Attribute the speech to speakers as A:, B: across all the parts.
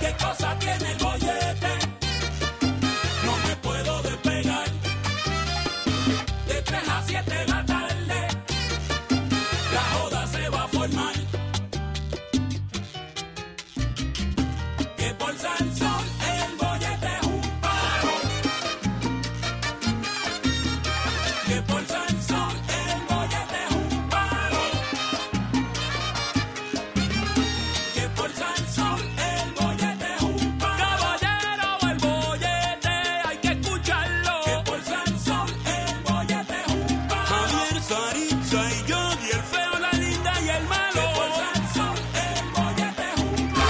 A: ¿Qué cosa tiene el bollete? No me puedo despegar. De 3 a 7 de la tarde, la joda se va a formar. Que por San Sol el bollete es un paro. Que por San Sol el bollete es un paro. Que por San Sol el bollete es un palo. Caballero, el bollete hay que escucharlo. Que por San Sol el bollete es un palo. Javier, Saritza y yo, y el feo, la linda y el malo. Que por San Sol el bollete es un palo.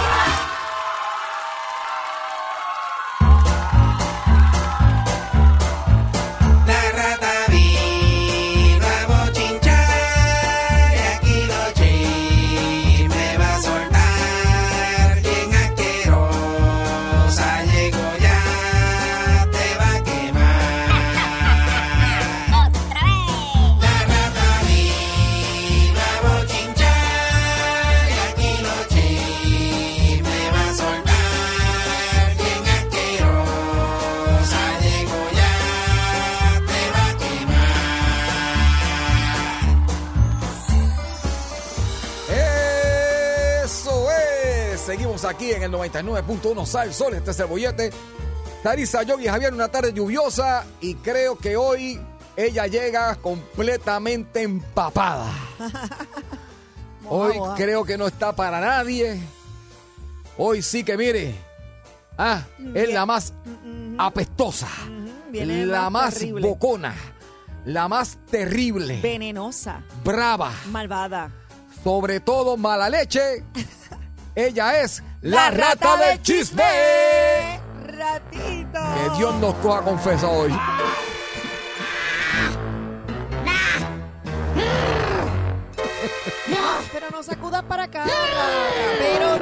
B: La rata vino a bochinchar y aquí los chismes va a soltar. Bien asquerosa llegó ya, te va a quemar. La rata vino a bochinchar y aquí los chismes va a soltar. Bien asquerosa llegó ya, te va a quemar.
C: Eso es. Seguimos aquí en el 99.1 Sal Sol. Este es el bollete. Tarisa, yo y Javier, una tarde lluviosa. Y creo que hoy ella llega completamente empapada. Hoy
D: Mojado, ah.
C: creo que no está para nadie. Hoy sí que mire. Ah,
D: Mm,
C: es la más apestosa.
D: viene
C: la
D: más
C: más
D: terrible.
C: bocona. La más terrible.
D: venenosa,
C: brava.
D: malvada.
C: sobre todo mala leche. Ella es
D: La
C: la, rata,
D: rata
C: del
D: del
C: chisme.
D: Ratito.
C: Que Dios nos coja confesa hoy.
D: Pero no sacudas para acá. rata, Pero.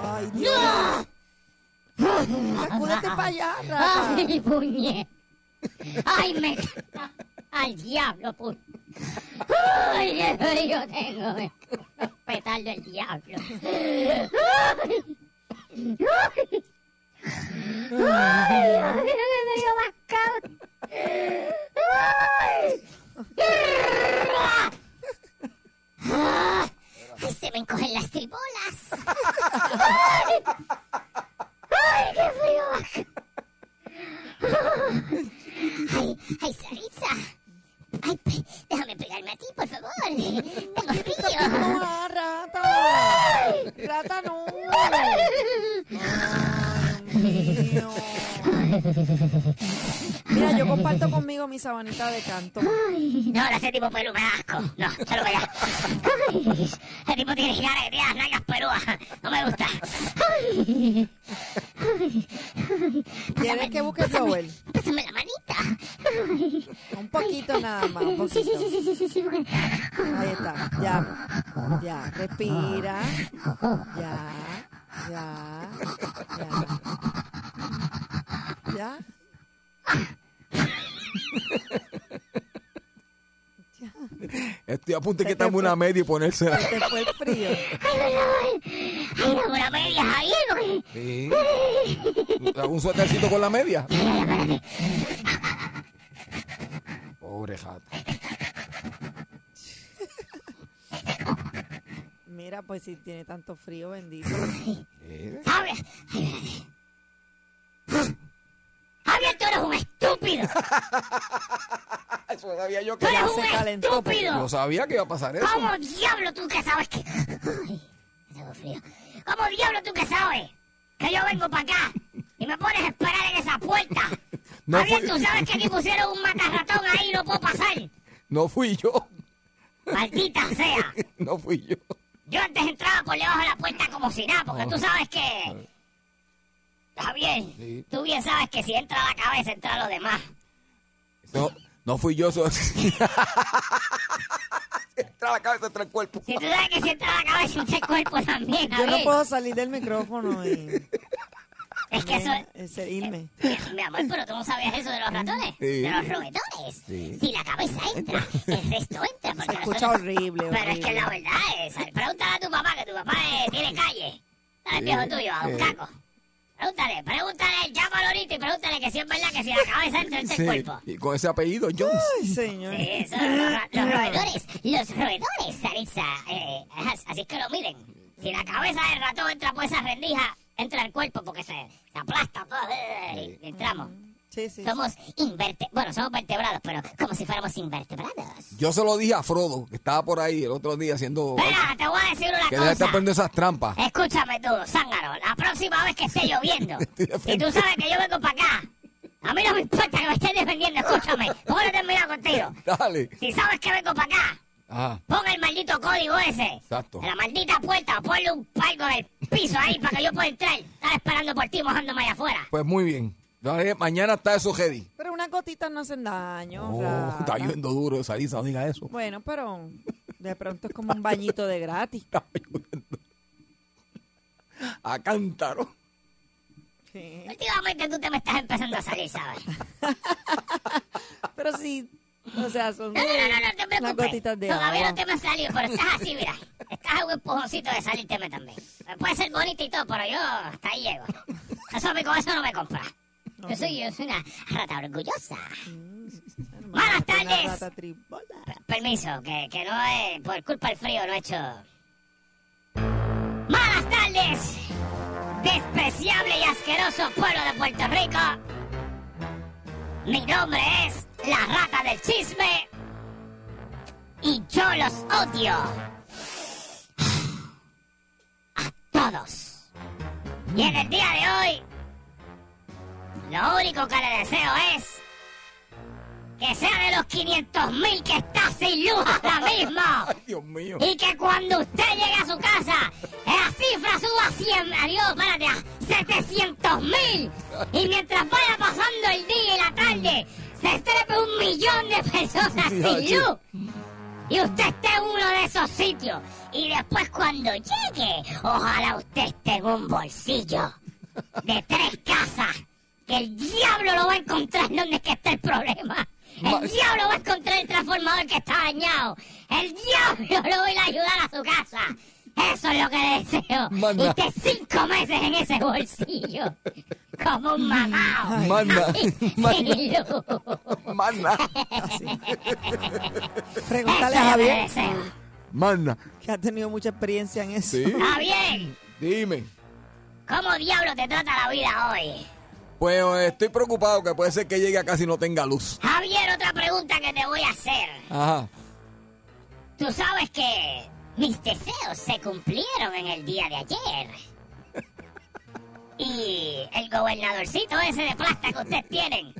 D: Ay, Dios. Sacúdete para allá, rata.
E: ¡Ay, puñe! ¡Ay, me... ¡Al diablo, puñe! ¡Ay, qué frío tengo! eh. ¡Petal del diablo! ¡Ay! ¡Ay! ¡Ay, Dios mío, qué frío más cabrón! ¡Ay! ¡Ay, se me encogen las tribolas! ¡Ay! ¡Ay, qué frío más Ay, ay, Saritza. Ay, pe- déjame pegarme a ti, por favor. Tengo frío.
D: No, ah, rata. Rata, no. Mío. Mira, yo comparto conmigo mi sabanita de canto.
E: No, no, ese tipo pelú me da asco. No, se lo voy a... Ay, Ese tipo tiene cara que tiene las nalgas pelúas. No me gusta. Ay,
D: ¿Quieres que busque Joel?
E: Pásame la manita.
D: Un poquito nada más. Un
E: Sí, sí,
D: poquito.
E: sí, sí, sí, sí. porque-
D: Ahí está, ya, ya, respira,
E: Ah.
D: ya, ya, ya, ya.
C: Estoy a punto
D: Se
C: de
D: te
C: quitarme
D: fue.
C: una media y ponérsela.
D: Se te fue el frío.
E: Ay, no, no. Ay, no, una media, Javier, porque...
C: Sí. ¿Un suétercito con la media? Pobre jata.
D: Mira, pues si tiene tanto frío, bendito.
C: ¿Qué?
E: Javier. Ay, espérate. Javier, tú eres un estúpido.
C: Eso sabía yo
E: Tú
C: que...
E: eres
D: se
E: un
D: calentó,
E: estúpido.
C: Yo sabía que iba a pasar eso.
E: ¿Cómo diablo tú que sabes que.? Ay, tengo frío. ¿Cómo diablo tú que sabes que yo vengo para acá y me pones a esperar en esa puerta?
C: No pues.
E: Javier,
C: fui-
E: tú sabes que aquí pusieron un matarratón ahí y no puedo pasar.
C: No fui yo.
E: Maldita sea.
C: No fui yo.
E: Yo antes entraba por debajo de la puerta como si nada, porque tú sabes que. Javier,
C: Sí.
E: tú bien sabes que si entra la cabeza, entra lo demás.
C: No, no fui yo. Eso... entra la cabeza, entra el cuerpo.
E: Si tú sabes que si entra la cabeza, entra el cuerpo también,
D: Yo no
E: Javier.
D: puedo salir del micrófono y...
E: Es que eso. Eh,
D: Es ser Irme.
E: Mi amor, pero tú no sabías eso de los ratones.
C: Sí.
E: De los roedores.
C: Sí.
E: Si la cabeza entra, el resto entra. Porque
D: Se escucha
E: nosotros-
D: horrible,
E: Pero es que
D: horrible.
E: la verdad es. Pregúntale a tu papá, que tu papá eh, tiene calle. Dale el viejo tuyo, a un caco. Pregúntale, pregúntale, llámalo ahorita y pregúntale que si es verdad que si la cabeza entra, entra
C: Sí,
E: el Este cuerpo.
C: Y con ese apellido, Jones.
D: Ay, señor.
E: Sí, eso, los, ro- los roedores, los roedores, Saritza. eh, as- así es que lo miren. Si la cabeza del ratón entra por esa rendija, entra el cuerpo porque se, se aplasta todo. eh, y entramos.
D: Sí, sí.
E: Somos invertebrados. Bueno, somos vertebrados, pero como si fuéramos invertebrados.
C: Yo se lo dije a Frodo, que estaba por ahí el otro día haciendo.
E: Espera, Ah, te voy a decir
C: que
E: una
C: deja de
E: cosa. Eh.
C: aprender esas trampas.
E: Escúchame tú, zángaro. La próxima vez que esté lloviendo, y tú sabes que yo vengo para acá, a mí no me importa que me estés defendiendo, escúchame. ¿Cómo no termino contigo?
C: Dale.
E: Si sabes que vengo para acá,
C: Ajá.
E: Pon el maldito código ese.
C: Exacto.
E: En la maldita puerta, ponle un palco en el piso ahí para que yo pueda entrar. Estaba esperando por ti mojándome allá afuera.
C: Pues muy bien. Dale, Mañana está eso, Hedy.
D: Pero unas gotitas no hacen daño.
C: Oh,
D: rata.
C: está lloviendo duro, Sarisa, no diga eso.
D: Bueno, pero de pronto es como un bañito de gratis.
C: Está lloviendo. A cántaro.
D: Sí.
E: Últimamente tú te me estás empezando a salir, ¿sabes?
D: Pero sí, o sea, son
E: No, no, no, no, no te
D: unas
E: preocupes.
D: gotitas de
E: Todavía
D: agua.
E: no te me has salido, pero estás así, mira. Estás a un empujoncito de salirte también. Puede ser bonito y todo, pero yo hasta ahí llego. Eso a mí con eso no me compra. Yo soy, yo soy una rata orgullosa. Buenas
D: Mm. Una
E: tardes.
D: rata tribola.
E: Permiso, que, que no es por culpa del frío, no he hecho. Malas tardes, despreciable y asqueroso pueblo de Puerto Rico. Mi nombre es la rata del chisme y yo los odio a todos. Y en el día de hoy, lo único que le deseo es que sea de los 500 mil que está sin luz ahora mismo.
C: Ay, Dios mío.
E: Y que cuando usted llegue a su casa, la cifra suba a 100, adiós, espérate, a 700 mil. Y mientras vaya pasando el día y la tarde, se estrepe un millón de personas sin luz. Y usted esté en uno de esos sitios. Y después cuando llegue, ojalá usted esté en un bolsillo de tres casas. Que el diablo lo va a encontrar donde es que está el problema. El
C: Mas-
E: diablo va a encontrar el transformador que está dañado. El diablo lo va a ir a ayudar a su casa. Eso es lo que le deseo.
C: Más
E: Y
C: nada.
E: esté cinco meses en ese bolsillo. Como un mamao.
C: Más nada.
E: Ay,
C: Más
E: sin luz.
C: Manda,
D: Pregúntale
E: Eso
D: a
E: es lo que
D: Javier,
E: deseo.
C: manda.
D: que ha tenido mucha experiencia en eso.
C: Sí,
E: Javier,
C: dime.
E: ¿cómo diablo te trata la vida hoy?
C: Pues eh, estoy preocupado que puede ser que llegue acá si no tenga luz.
E: Javier, otra pregunta que te voy a hacer.
C: Ajá.
E: Tú sabes que mis deseos se cumplieron en el día de ayer. Y el gobernadorcito ese de plasta que ustedes tienen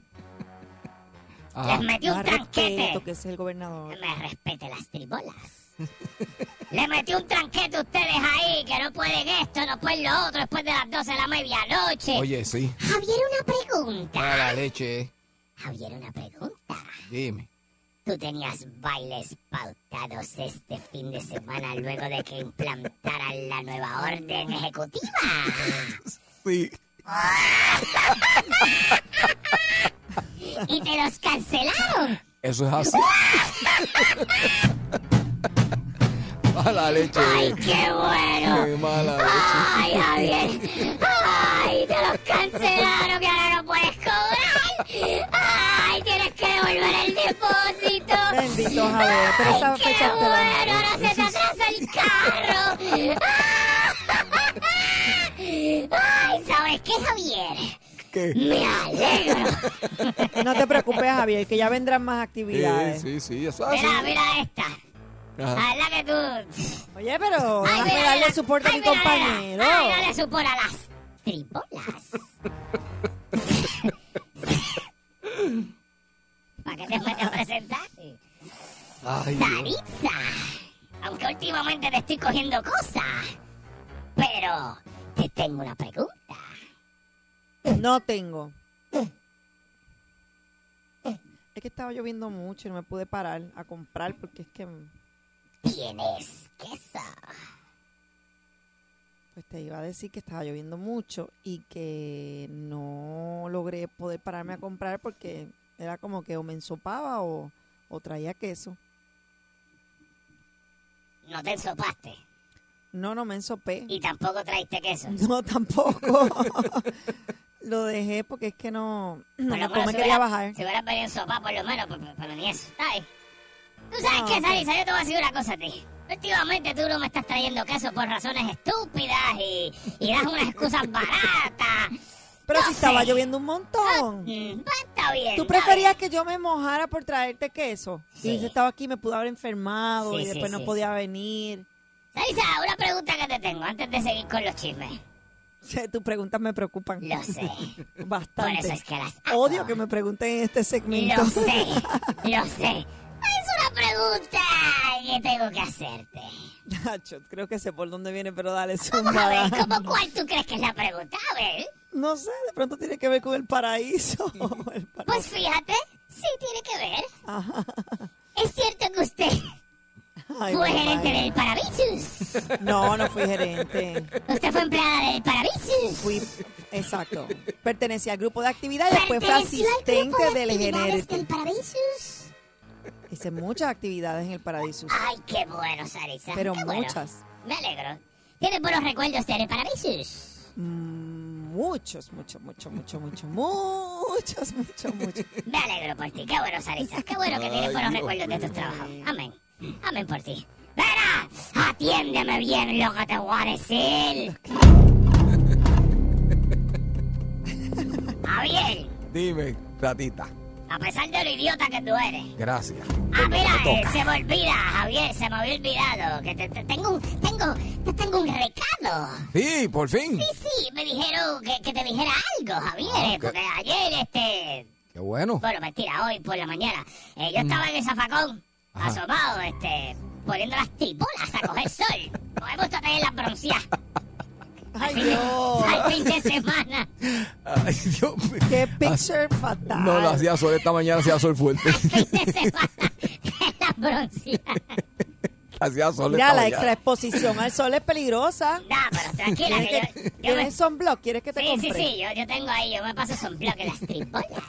E: les
C: Ajá.
E: metió un
D: Más
E: tranquete.
D: respeto que es el
E: Que
D: gobernador.
E: me respete las tribolas. Le metí un tranquete a ustedes ahí, que no pueden esto, no pueden lo otro, después de las 12 de la medianoche.
C: Oye, sí.
E: Javier, una pregunta.
C: A la leche, eh.
E: Javier, una pregunta.
C: dime.
E: Tú tenías bailes pautados este fin de semana luego de que implantaran la nueva orden ejecutiva.
C: Sí.
E: Y te los cancelaron.
C: Eso es así. mala leche.
E: ¡Ay,
C: eh.
E: qué bueno!
C: Qué mala leche.
E: ¡Ay, Javier! ¡Ay, te los cancelaron y ahora no puedes cobrar! ¡Ay, tienes que devolver el depósito!
D: Bendito Javier, pero esa
E: ¡Qué
D: fecha te
E: bueno!
D: la...
E: ¡Ahora se te atrasa el carro! ¡Ay, ¿sabes qué, Javier?
C: ¿Qué?
E: ¡Me alegro!
D: No te preocupes, Javier, que ya vendrán más actividades.
C: Sí, sí, sí, eso es así.
E: Mira, mira esta. Ah,
C: Ajá.
E: La verdad que tú...
D: Oye, pero
E: Ay,
D: déjame
E: mira,
D: darle
E: mira.
D: soporte a
E: Ay,
D: mi
E: mira, mira.
D: compañero.
E: Ay, dale soporte a las tripolas. ¿Para qué te puedes presentar?
C: Ay, Dios.
E: Saritza. Aunque últimamente te estoy cogiendo cosas. Pero te tengo una pregunta.
D: No tengo. Es que estaba lloviendo mucho y no me pude parar a comprar porque es que
E: ¿Tienes queso?
D: pues Pues te iba a decir que estaba lloviendo mucho y que no logré poder pararme a comprar porque era como que o me ensopaba o, o traía queso.
E: No te ensopaste.
D: No, no me ensopé.
E: Y tampoco traiste queso.
D: No, tampoco. Lo dejé porque es que no, no,
E: Por
D: no
E: lo menos
D: me
E: si
D: quería
E: hubiera-
D: bajar.
E: Si hubieras venido en sopa, por lo menos, pero, pero- pero ni eso. ¿Sabes? Tú sabes
D: No,
E: que,
D: no.
E: Sarisa, yo te voy a decir una cosa a ti. Últimamente tú no me estás trayendo queso por razones estúpidas y, y das unas excusas baratas.
D: Pero
E: no
D: si estaba
E: sé.
D: lloviendo un montón.
E: Mm, pues está bien.
D: ¿Tú
E: está
D: preferías que yo me mojara por traerte queso?
E: Sí.
D: Y si estaba aquí me pudo haber enfermado
E: Sí,
D: y
E: sí,
D: después
E: sí,
D: no podía venir.
E: bien. Sarisa, una pregunta que te tengo antes de seguir con los chismes.
D: Tus preguntas me preocupan
E: Lo sé. Por
D: bastante.
E: eso es que las hago.
D: Odio que me pregunten en este segmento.
E: Lo sé, lo sé. Es una pregunta que tengo que hacerte.
D: Nacho, creo que sé por dónde viene, pero dale
E: Vamos a ver,
D: zumbada.
E: ¿cómo cuál tú crees que es la pregunta? A ver.
D: No sé, de pronto tiene que ver con el paraíso. El paraíso.
E: Pues fíjate, sí tiene que ver.
D: Ajá.
E: Es cierto que usted
D: Ay,
E: fue
D: mamá.
E: gerente del Parabichus.
D: No, no fui gerente.
E: Usted fue empleada del Parabichus.
D: Fui, exacto. Pertenecía al grupo de actividad y después fue
E: Perteneció al grupo
D: asistente
E: de
D: del
E: actividades
D: gerente.
E: del Parabichus.
D: Hice muchas actividades en el paraíso.
E: Ay, qué bueno, Sarisa.
D: Pero
E: qué bueno.
D: muchas.
E: Me alegro. Tiene buenos recuerdos del Parabichus.
D: Mm, Muchos, muchos, muchos, muchos, muchos, muchos, muchos, muchos.
E: Me alegro por ti. Pues Qué bueno, Sarisa. Qué bueno que tienes
C: Ay,
E: buenos
C: Dios
E: recuerdos de
C: mío.
E: tus trabajos. Amén. Amén por ti. Verá, atiéndeme bien lo que te voy a decir. Javier,
C: Dime, ratita.
E: a pesar de lo idiota que tú eres.
C: Gracias.
E: Ah, mira,
C: te
E: eh, se me olvida, Javier, se me había olvidado. Que te, te tengo un, tengo, te tengo un recado.
C: Sí, por fin. Ah,
E: Sí, sí, me dijeron que, que te dijera algo, Javier, eh,
C: ok.
E: porque ayer, este,
C: Qué bueno.
E: Bueno, mentira, hoy por la mañana. eh,
C: Mm.
E: yo estaba en el zafacón,
C: Ajá.
E: asomado, este, poniendo las tipolas a coger sol. Porque me gusta tener las bronceadas
D: Ay, Dios.
E: al fin de semana.
C: Ay, Dios mío.
D: Qué picture fatal.
C: No, no hacía sol esta mañana, hacía sol fuerte.
E: Fin de semana, las bronceadas.
C: hacía sol
D: Mira, la
C: esta mañana.
D: extraexposición al sol es peligrosa.
E: No, pero tranquila,
D: ¿Quieres que,
E: que yo, yo me...
D: ¿Tienes sunblock? ¿Quieres que te
E: Sí, sí,
D: compre?
E: sí, yo, yo tengo ahí, yo me paso son bloques las tipolas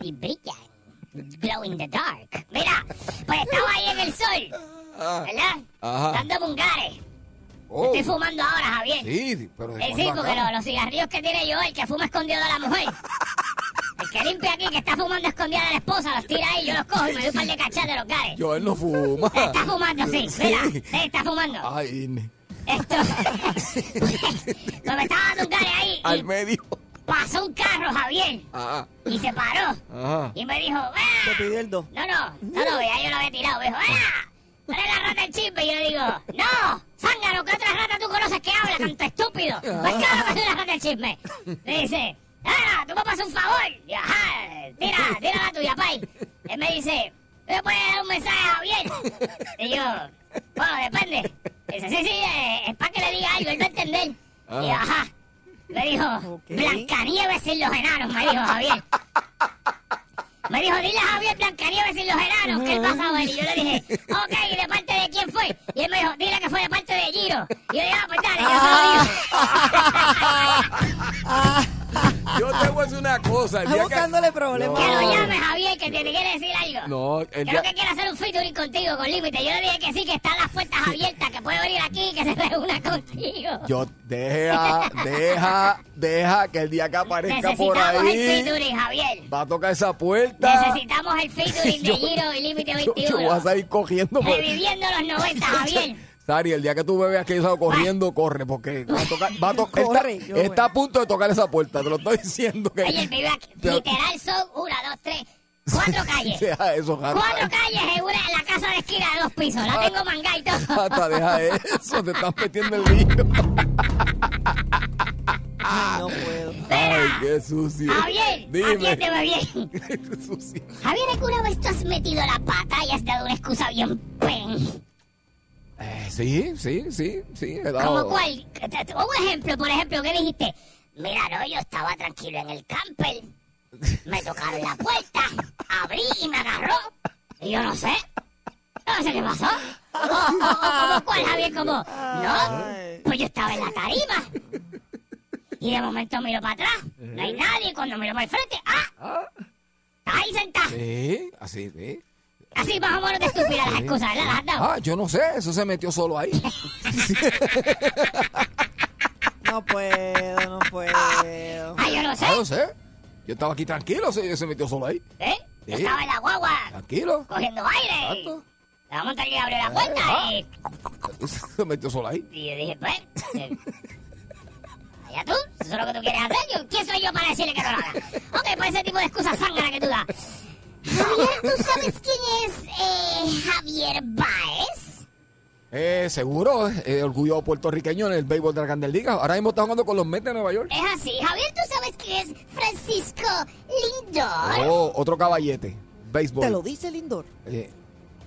E: y brillan. Glow in the dark. Mira, pues estaba ahí en el sol, ¿verdad?
C: Ajá.
E: Dando bungares.
C: Ah. Oh,
E: Estoy fumando ahora, Javier.
C: sí, pero de
E: Eh, sí,
C: cuando
E: porque
C: acá.
E: lo- los cigarrillos que tiene yo, el que fuma escondido de la mujer. El que limpia aquí, que está fumando escondida de la esposa, los tira ahí, yo los cojo y me doy un par de cachas de los gares.
C: Yo él no fuma.
E: Está fumando, sí,
C: Sí.
E: mira, sí, está fumando.
C: Ay, ne-
E: Esto. pues me estaba dando un gare ahí y
C: al medio.
E: pasó un carro, Javier,
C: Ah,
E: y se paró
C: ajá.
E: y me dijo,
D: Te
E: ¡Ah!
D: pidió el 2.
E: No, no, no, no, ya yo lo había tirado. Me dijo, ¡ah! Tú eres la rata del chisme. Y yo le digo, ¡no! ¡Zángaro, qué otra rata tú conoces que habla, tanto estúpido! Pues claro que soy la rata del chisme. Me dice, ¡ah! Tú me pasas un favor. Y yo, ajá, tira, tira la tuya, pay. Él me dice, ¿tú me puedes dar un mensaje a Javier? Y yo, bueno, depende. Dice, sí, sí, eh, es para que le diga algo, él va a entender. Y yo,
C: Ah.
E: ajá. Me dijo,
D: Ok.
E: Blancanieves en los enanos, me dijo Javier. Me dijo, dile a Javier Blancanieves y los enanos que él va a saber. Y yo le dije, ok, ¿y de parte de quién fue? Y él me dijo, dile que fue de parte de Giro. Y yo dije, ah, pues dale, yo se lo digo.
C: Yo te voy a decir una cosa. El
D: Está
C: día que...
D: buscándole problemas.
E: Que
C: No.
E: lo llame, Javier, que te quiere decir algo.
C: No, el
E: Creo
C: día...
E: que quiere hacer un featuring contigo con límite. Yo le dije que sí, que están las puertas abiertas, que puede venir aquí y que se reúna contigo.
C: Yo deja, deja, deja que el día que aparezca por
E: Necesitamos el
C: ahí
E: featuring, Javier.
C: va a tocar esa puerta.
E: Necesitamos el featuring de
C: Yo-
E: Giro y Límite
C: Yo, yo voy a
E: 21.
C: salir cogiendo. por-
E: Reviviendo los 90, Javier.
C: Sari, el día que tú me veas que yo salgo corriendo, corre, porque va a tocar, va a tocar, está,
D: Corre, yo,
C: está a
D: bueno.
C: punto de tocar esa puerta, te lo estoy diciendo. Que,
E: Oye, el vive aquí.
C: Pero-
E: Literal son una, dos, tres, cuatro calles.
C: Deja eso, Jata.
E: Cuatro calles en una en la casa de esquina de dos pisos.
C: Ah.
E: La tengo mangá y todo.
C: Jata, deja eso, te estás metiendo el lío.
D: Ay, no puedo.
C: Ay, qué sucio.
E: Javier,
C: dime.
E: Ah, atiéndeme bien.
C: Qué sucio.
E: Javier, ¿alguna vez tú has metido la pata y has dado una excusa bien pen?
C: Eh, sí, sí, sí, sí, he
E: ¿Como
C: dado.
E: cuál? Un ejemplo, por ejemplo, ¿qué dijiste? Mira, no, yo estaba tranquilo en el camper. Me tocaron la puerta, abrí y me agarró. Y yo no sé. No sé qué pasó. O- o- o ¿Como cuál, Javier? Como, no,
D: Ay.
E: Pues yo estaba en la tarima. Y de momento miro para atrás. No
C: Eh.
E: hay nadie. Cuando miro para el frente, ¡ah! Está ahí sentada.
C: Sí, así, sí.
E: Así más o menos de estúpida las excusas, ¿verdad? Las has dado.
C: Ah, yo no sé, eso se metió solo ahí.
D: No puedo, no puedo.
E: Ah, yo no sé.
C: Ah, no sé. Yo estaba aquí tranquilo, se, se metió solo ahí.
E: ¿Eh? Yo
C: Sí.
E: estaba en la guagua
C: Tranquilo.
E: cogiendo aire.
C: Exacto.
E: La vamos a tener que abrir la puerta
C: ah.
E: y...
C: Se metió solo ahí.
E: Y yo dije, pues, eh, allá tú, eso es lo que tú quieres hacer. Yo, ¿Quién soy yo para decirle que no lo haga? Ok, pues ese tipo de excusa sangra que tú das. Javier, ¿tú sabes quién es eh, Javier Baez?
C: Eh, seguro, eh, orgullo puertorriqueño en el béisbol de la Grande Liga. Ahora mismo está jugando con los Mets de Nueva York.
E: Es así, Javier, ¿tú sabes quién es Francisco Lindor?
C: Oh, otro caballete. Béisbol.
D: Te lo dice Lindor.
C: Eh,
E: ¿Qué,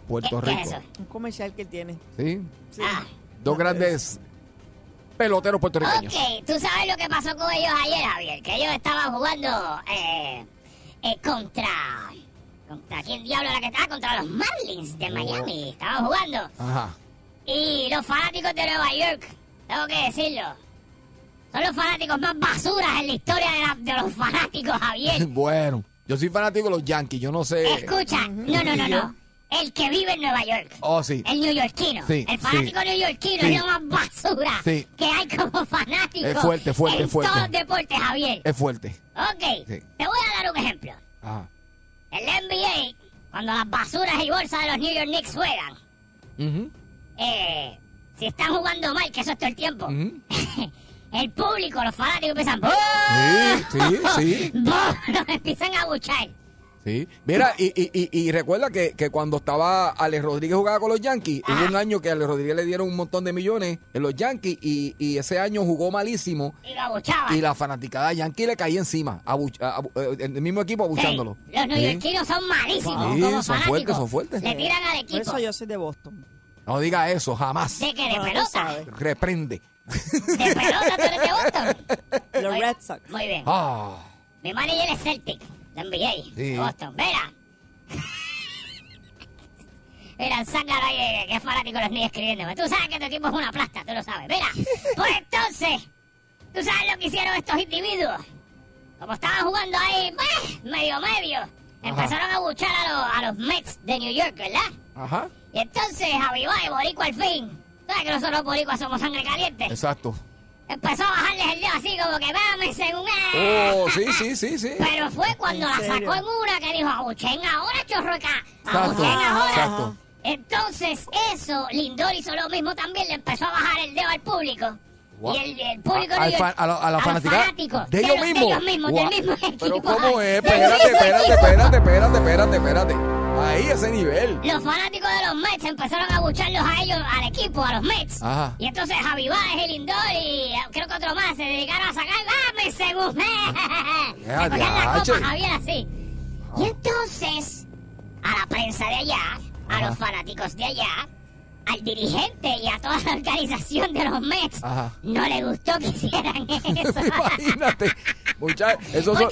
C: Puerto
E: qué
C: Rico.
E: es eso?
D: Un comercial que él tiene.
C: Sí.
D: Sí.
E: Ah,
C: Dos grandes peloteros puertorriqueños.
E: ok, tú sabes lo que pasó con ellos ayer, Javier, que ellos estaban jugando eh, eh, contra... ¿Contra quién diablo era que estaba? Contra los Marlins de Miami. Estaban jugando.
C: Ajá.
E: Y los fanáticos de Nueva York, tengo que decirlo, son los fanáticos más basuras en la historia de, la- de los fanáticos, Javier.
C: Bueno, yo soy fanático de los Yankees, yo no sé.
E: Escucha, no, no, no, no. El que vive en Nueva York,
C: Oh, sí.
E: el neoyorquino,
C: Sí,
E: el fanático
C: sí.
E: neoyorquino
C: Sí.
E: es lo más basura
C: Sí.
E: que hay como fanático
C: Es fuerte, fuerte,
E: en
C: fuerte.
E: todos los deportes, Javier.
C: Es fuerte. Ah.
E: Ok,
C: Sí.
E: te voy a dar un ejemplo.
C: Ajá.
E: El NBA, cuando las basuras y bolsas de los New York Knicks juegan,
C: Ujú,
E: eh, si están jugando mal, que eso es todo el tiempo,
C: ujú.
E: el público, los fanáticos empiezan, Ah.
C: Sí, sí, sí.
E: nos empiezan a buchar.
C: Sí. Mira, y, y- y- y recuerda que, que cuando estaba Alex Rodríguez jugaba con los Yankees,
E: Ajá.
C: hubo un año que a Alex Rodríguez le dieron un montón de millones en los Yankees y, y ese año jugó malísimo
E: Y lo abuchaban.
C: y la fanaticada Yankee le caía encima, abuch- abu- eh, el mismo equipo
E: Sí,
C: abuchándolo.
E: Los
C: Sí.
E: neoyorquinos son malísimos.
C: Sí,
E: como
C: son
E: fanáticos.
C: fuertes, son fuertes.
E: Le tiran al
D: Por
E: equipo.
D: eso yo soy de Boston.
C: No diga eso, jamás.
E: De que de
D: No, tú
E: pelota.
D: sabes.
C: Reprende.
E: De pelota tú eres de Boston.
D: Los
E: Muy-
D: Red Sox.
E: Muy bien.
C: Ah,
E: Mi manager es Celtic. La NBA.
C: Sí.
E: de Boston. Mira. Mira, sácalo ahí, eh, que es fanático los niños escribiéndome. Tú sabes que tu equipo es una plasta, tú lo sabes. Mira, pues entonces, tú sabes lo que hicieron estos individuos. Como estaban jugando ahí, pues, medio medio, empezaron a buchar a, los- a los Mets de New York, ¿verdad?
C: ajá,
E: Y entonces, Javi y Boricua al fin. ¿Sabes que nosotros los boricuas somos sangre caliente?
C: exacto.
E: Empezó a bajarles el dedo así como que vamos según él.
C: Oh, sí, sí, sí, sí.
E: Pero fue cuando
D: ¿En
E: la
D: serio?
E: sacó en una que dijo, abuchen ahora, chorroca.
C: Exacto,
E: Abuchen ahora.
C: exacto.
E: Entonces, eso, Lindor hizo lo mismo también, le empezó a bajar el dedo al público.
C: Wow.
E: Y el, el público
C: A- al
E: de
C: fan- a la- a la fanaticada
E: fanáticos
C: de ellos mismos.
E: De ellos mismos,
C: Wow.
E: del mismo equipo.
C: Pero ¿cómo es?
E: Del
C: Espérate,
E: mismo
C: espérate,
E: equipo.
C: espérate, espérate, espérate, espérate. Ahí ese nivel.
E: Los fanáticos de los Mets empezaron a bucharlos a ellos, al equipo, a los Mets.
C: Ajá.
E: Y entonces Javi Baez, el Lindor y eh, creo que otro más se dedicaron a sacar ¡Dame según! Se cogían la
C: Ya, diache. Ah.
E: copa, Javier, así. Y entonces, a la prensa de allá, a los fanáticos de allá, al dirigente y a toda la organización de los Mets,
C: Ajá.
E: no le gustó que hicieran eso.
C: Imagínate. Muchachos, esos son,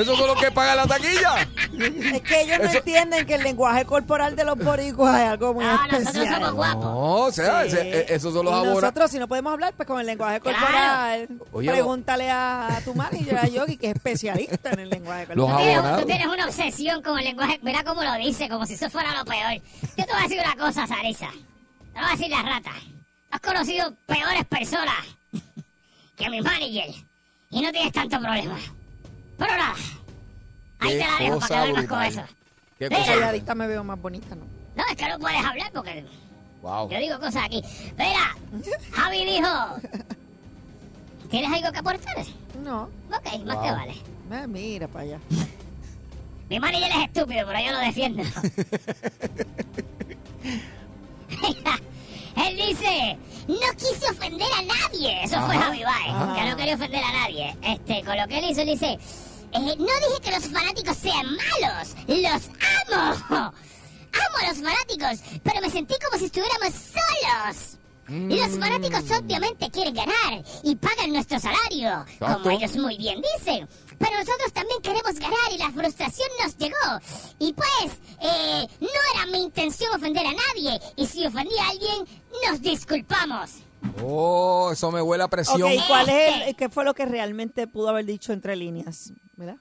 C: esos son los que pagan la taquilla.
D: Es que ellos no
C: Eso-
D: entienden que el lenguaje corporal de los boricuas es algo muy
E: No, Ah, nosotros
D: especial.
E: somos guapos.
C: No, o sea,
D: Ah, Sí.
C: ese- eh, esos son los
D: Y
C: abonados.
D: Nosotros, si no podemos hablar, pues con el lenguaje
E: Claro.
D: corporal.
C: Oye,
D: pregúntale a, a tu manager, a Yogi, que es especialista en el lenguaje
C: Los
D: corporal.
E: Tú tienes-
C: abonados.
E: Tú tienes una obsesión con el lenguaje. Mira cómo lo dice, como si eso fuera lo peor. Yo te voy a decir una cosa, Sarisa. Te voy a decir la rata. Has conocido peores personas que mi manager. Y no tienes tanto problema. Pero nada. Ahí
C: Qué
E: te la dejo para
C: cosa
E: que duermas con
C: brutal.
E: eso.
C: Qué
E: Mira.
C: cosa.
D: Calladita me veo más bonita, ¿no?
E: No, es que no puedes hablar porque
C: Wow.
E: yo digo cosas aquí. Mira, Javi dijo... ¿Tienes algo que aportar?
D: No.
E: Ok, más
C: Wow.
E: te vale.
D: Ah, Mira para allá.
E: Mi manager es estúpido, pero yo lo defiendo. Él dice, no quise ofender a nadie. Eso fue
C: Ajá,
E: Javi Baez, que no quería ofender a nadie. Este, con lo que él hizo, él dice, "Eh, no dije que los fanáticos sean malos, los amo. Amo a los fanáticos, pero me sentí como si estuviéramos solos. Los fanáticos obviamente quieren ganar y pagan nuestro salario,
C: Exacto.
E: como ellos muy bien dicen. Pero nosotros también queremos ganar y la frustración nos llegó. Y pues, eh, no era mi intención ofender a nadie. Y si ofendí a alguien, nos disculpamos.
C: Oh, eso me huele a presión.
D: Ok, ¿cuál es el- qué fue lo que realmente pudo haber dicho entre líneas? ¿Verdad?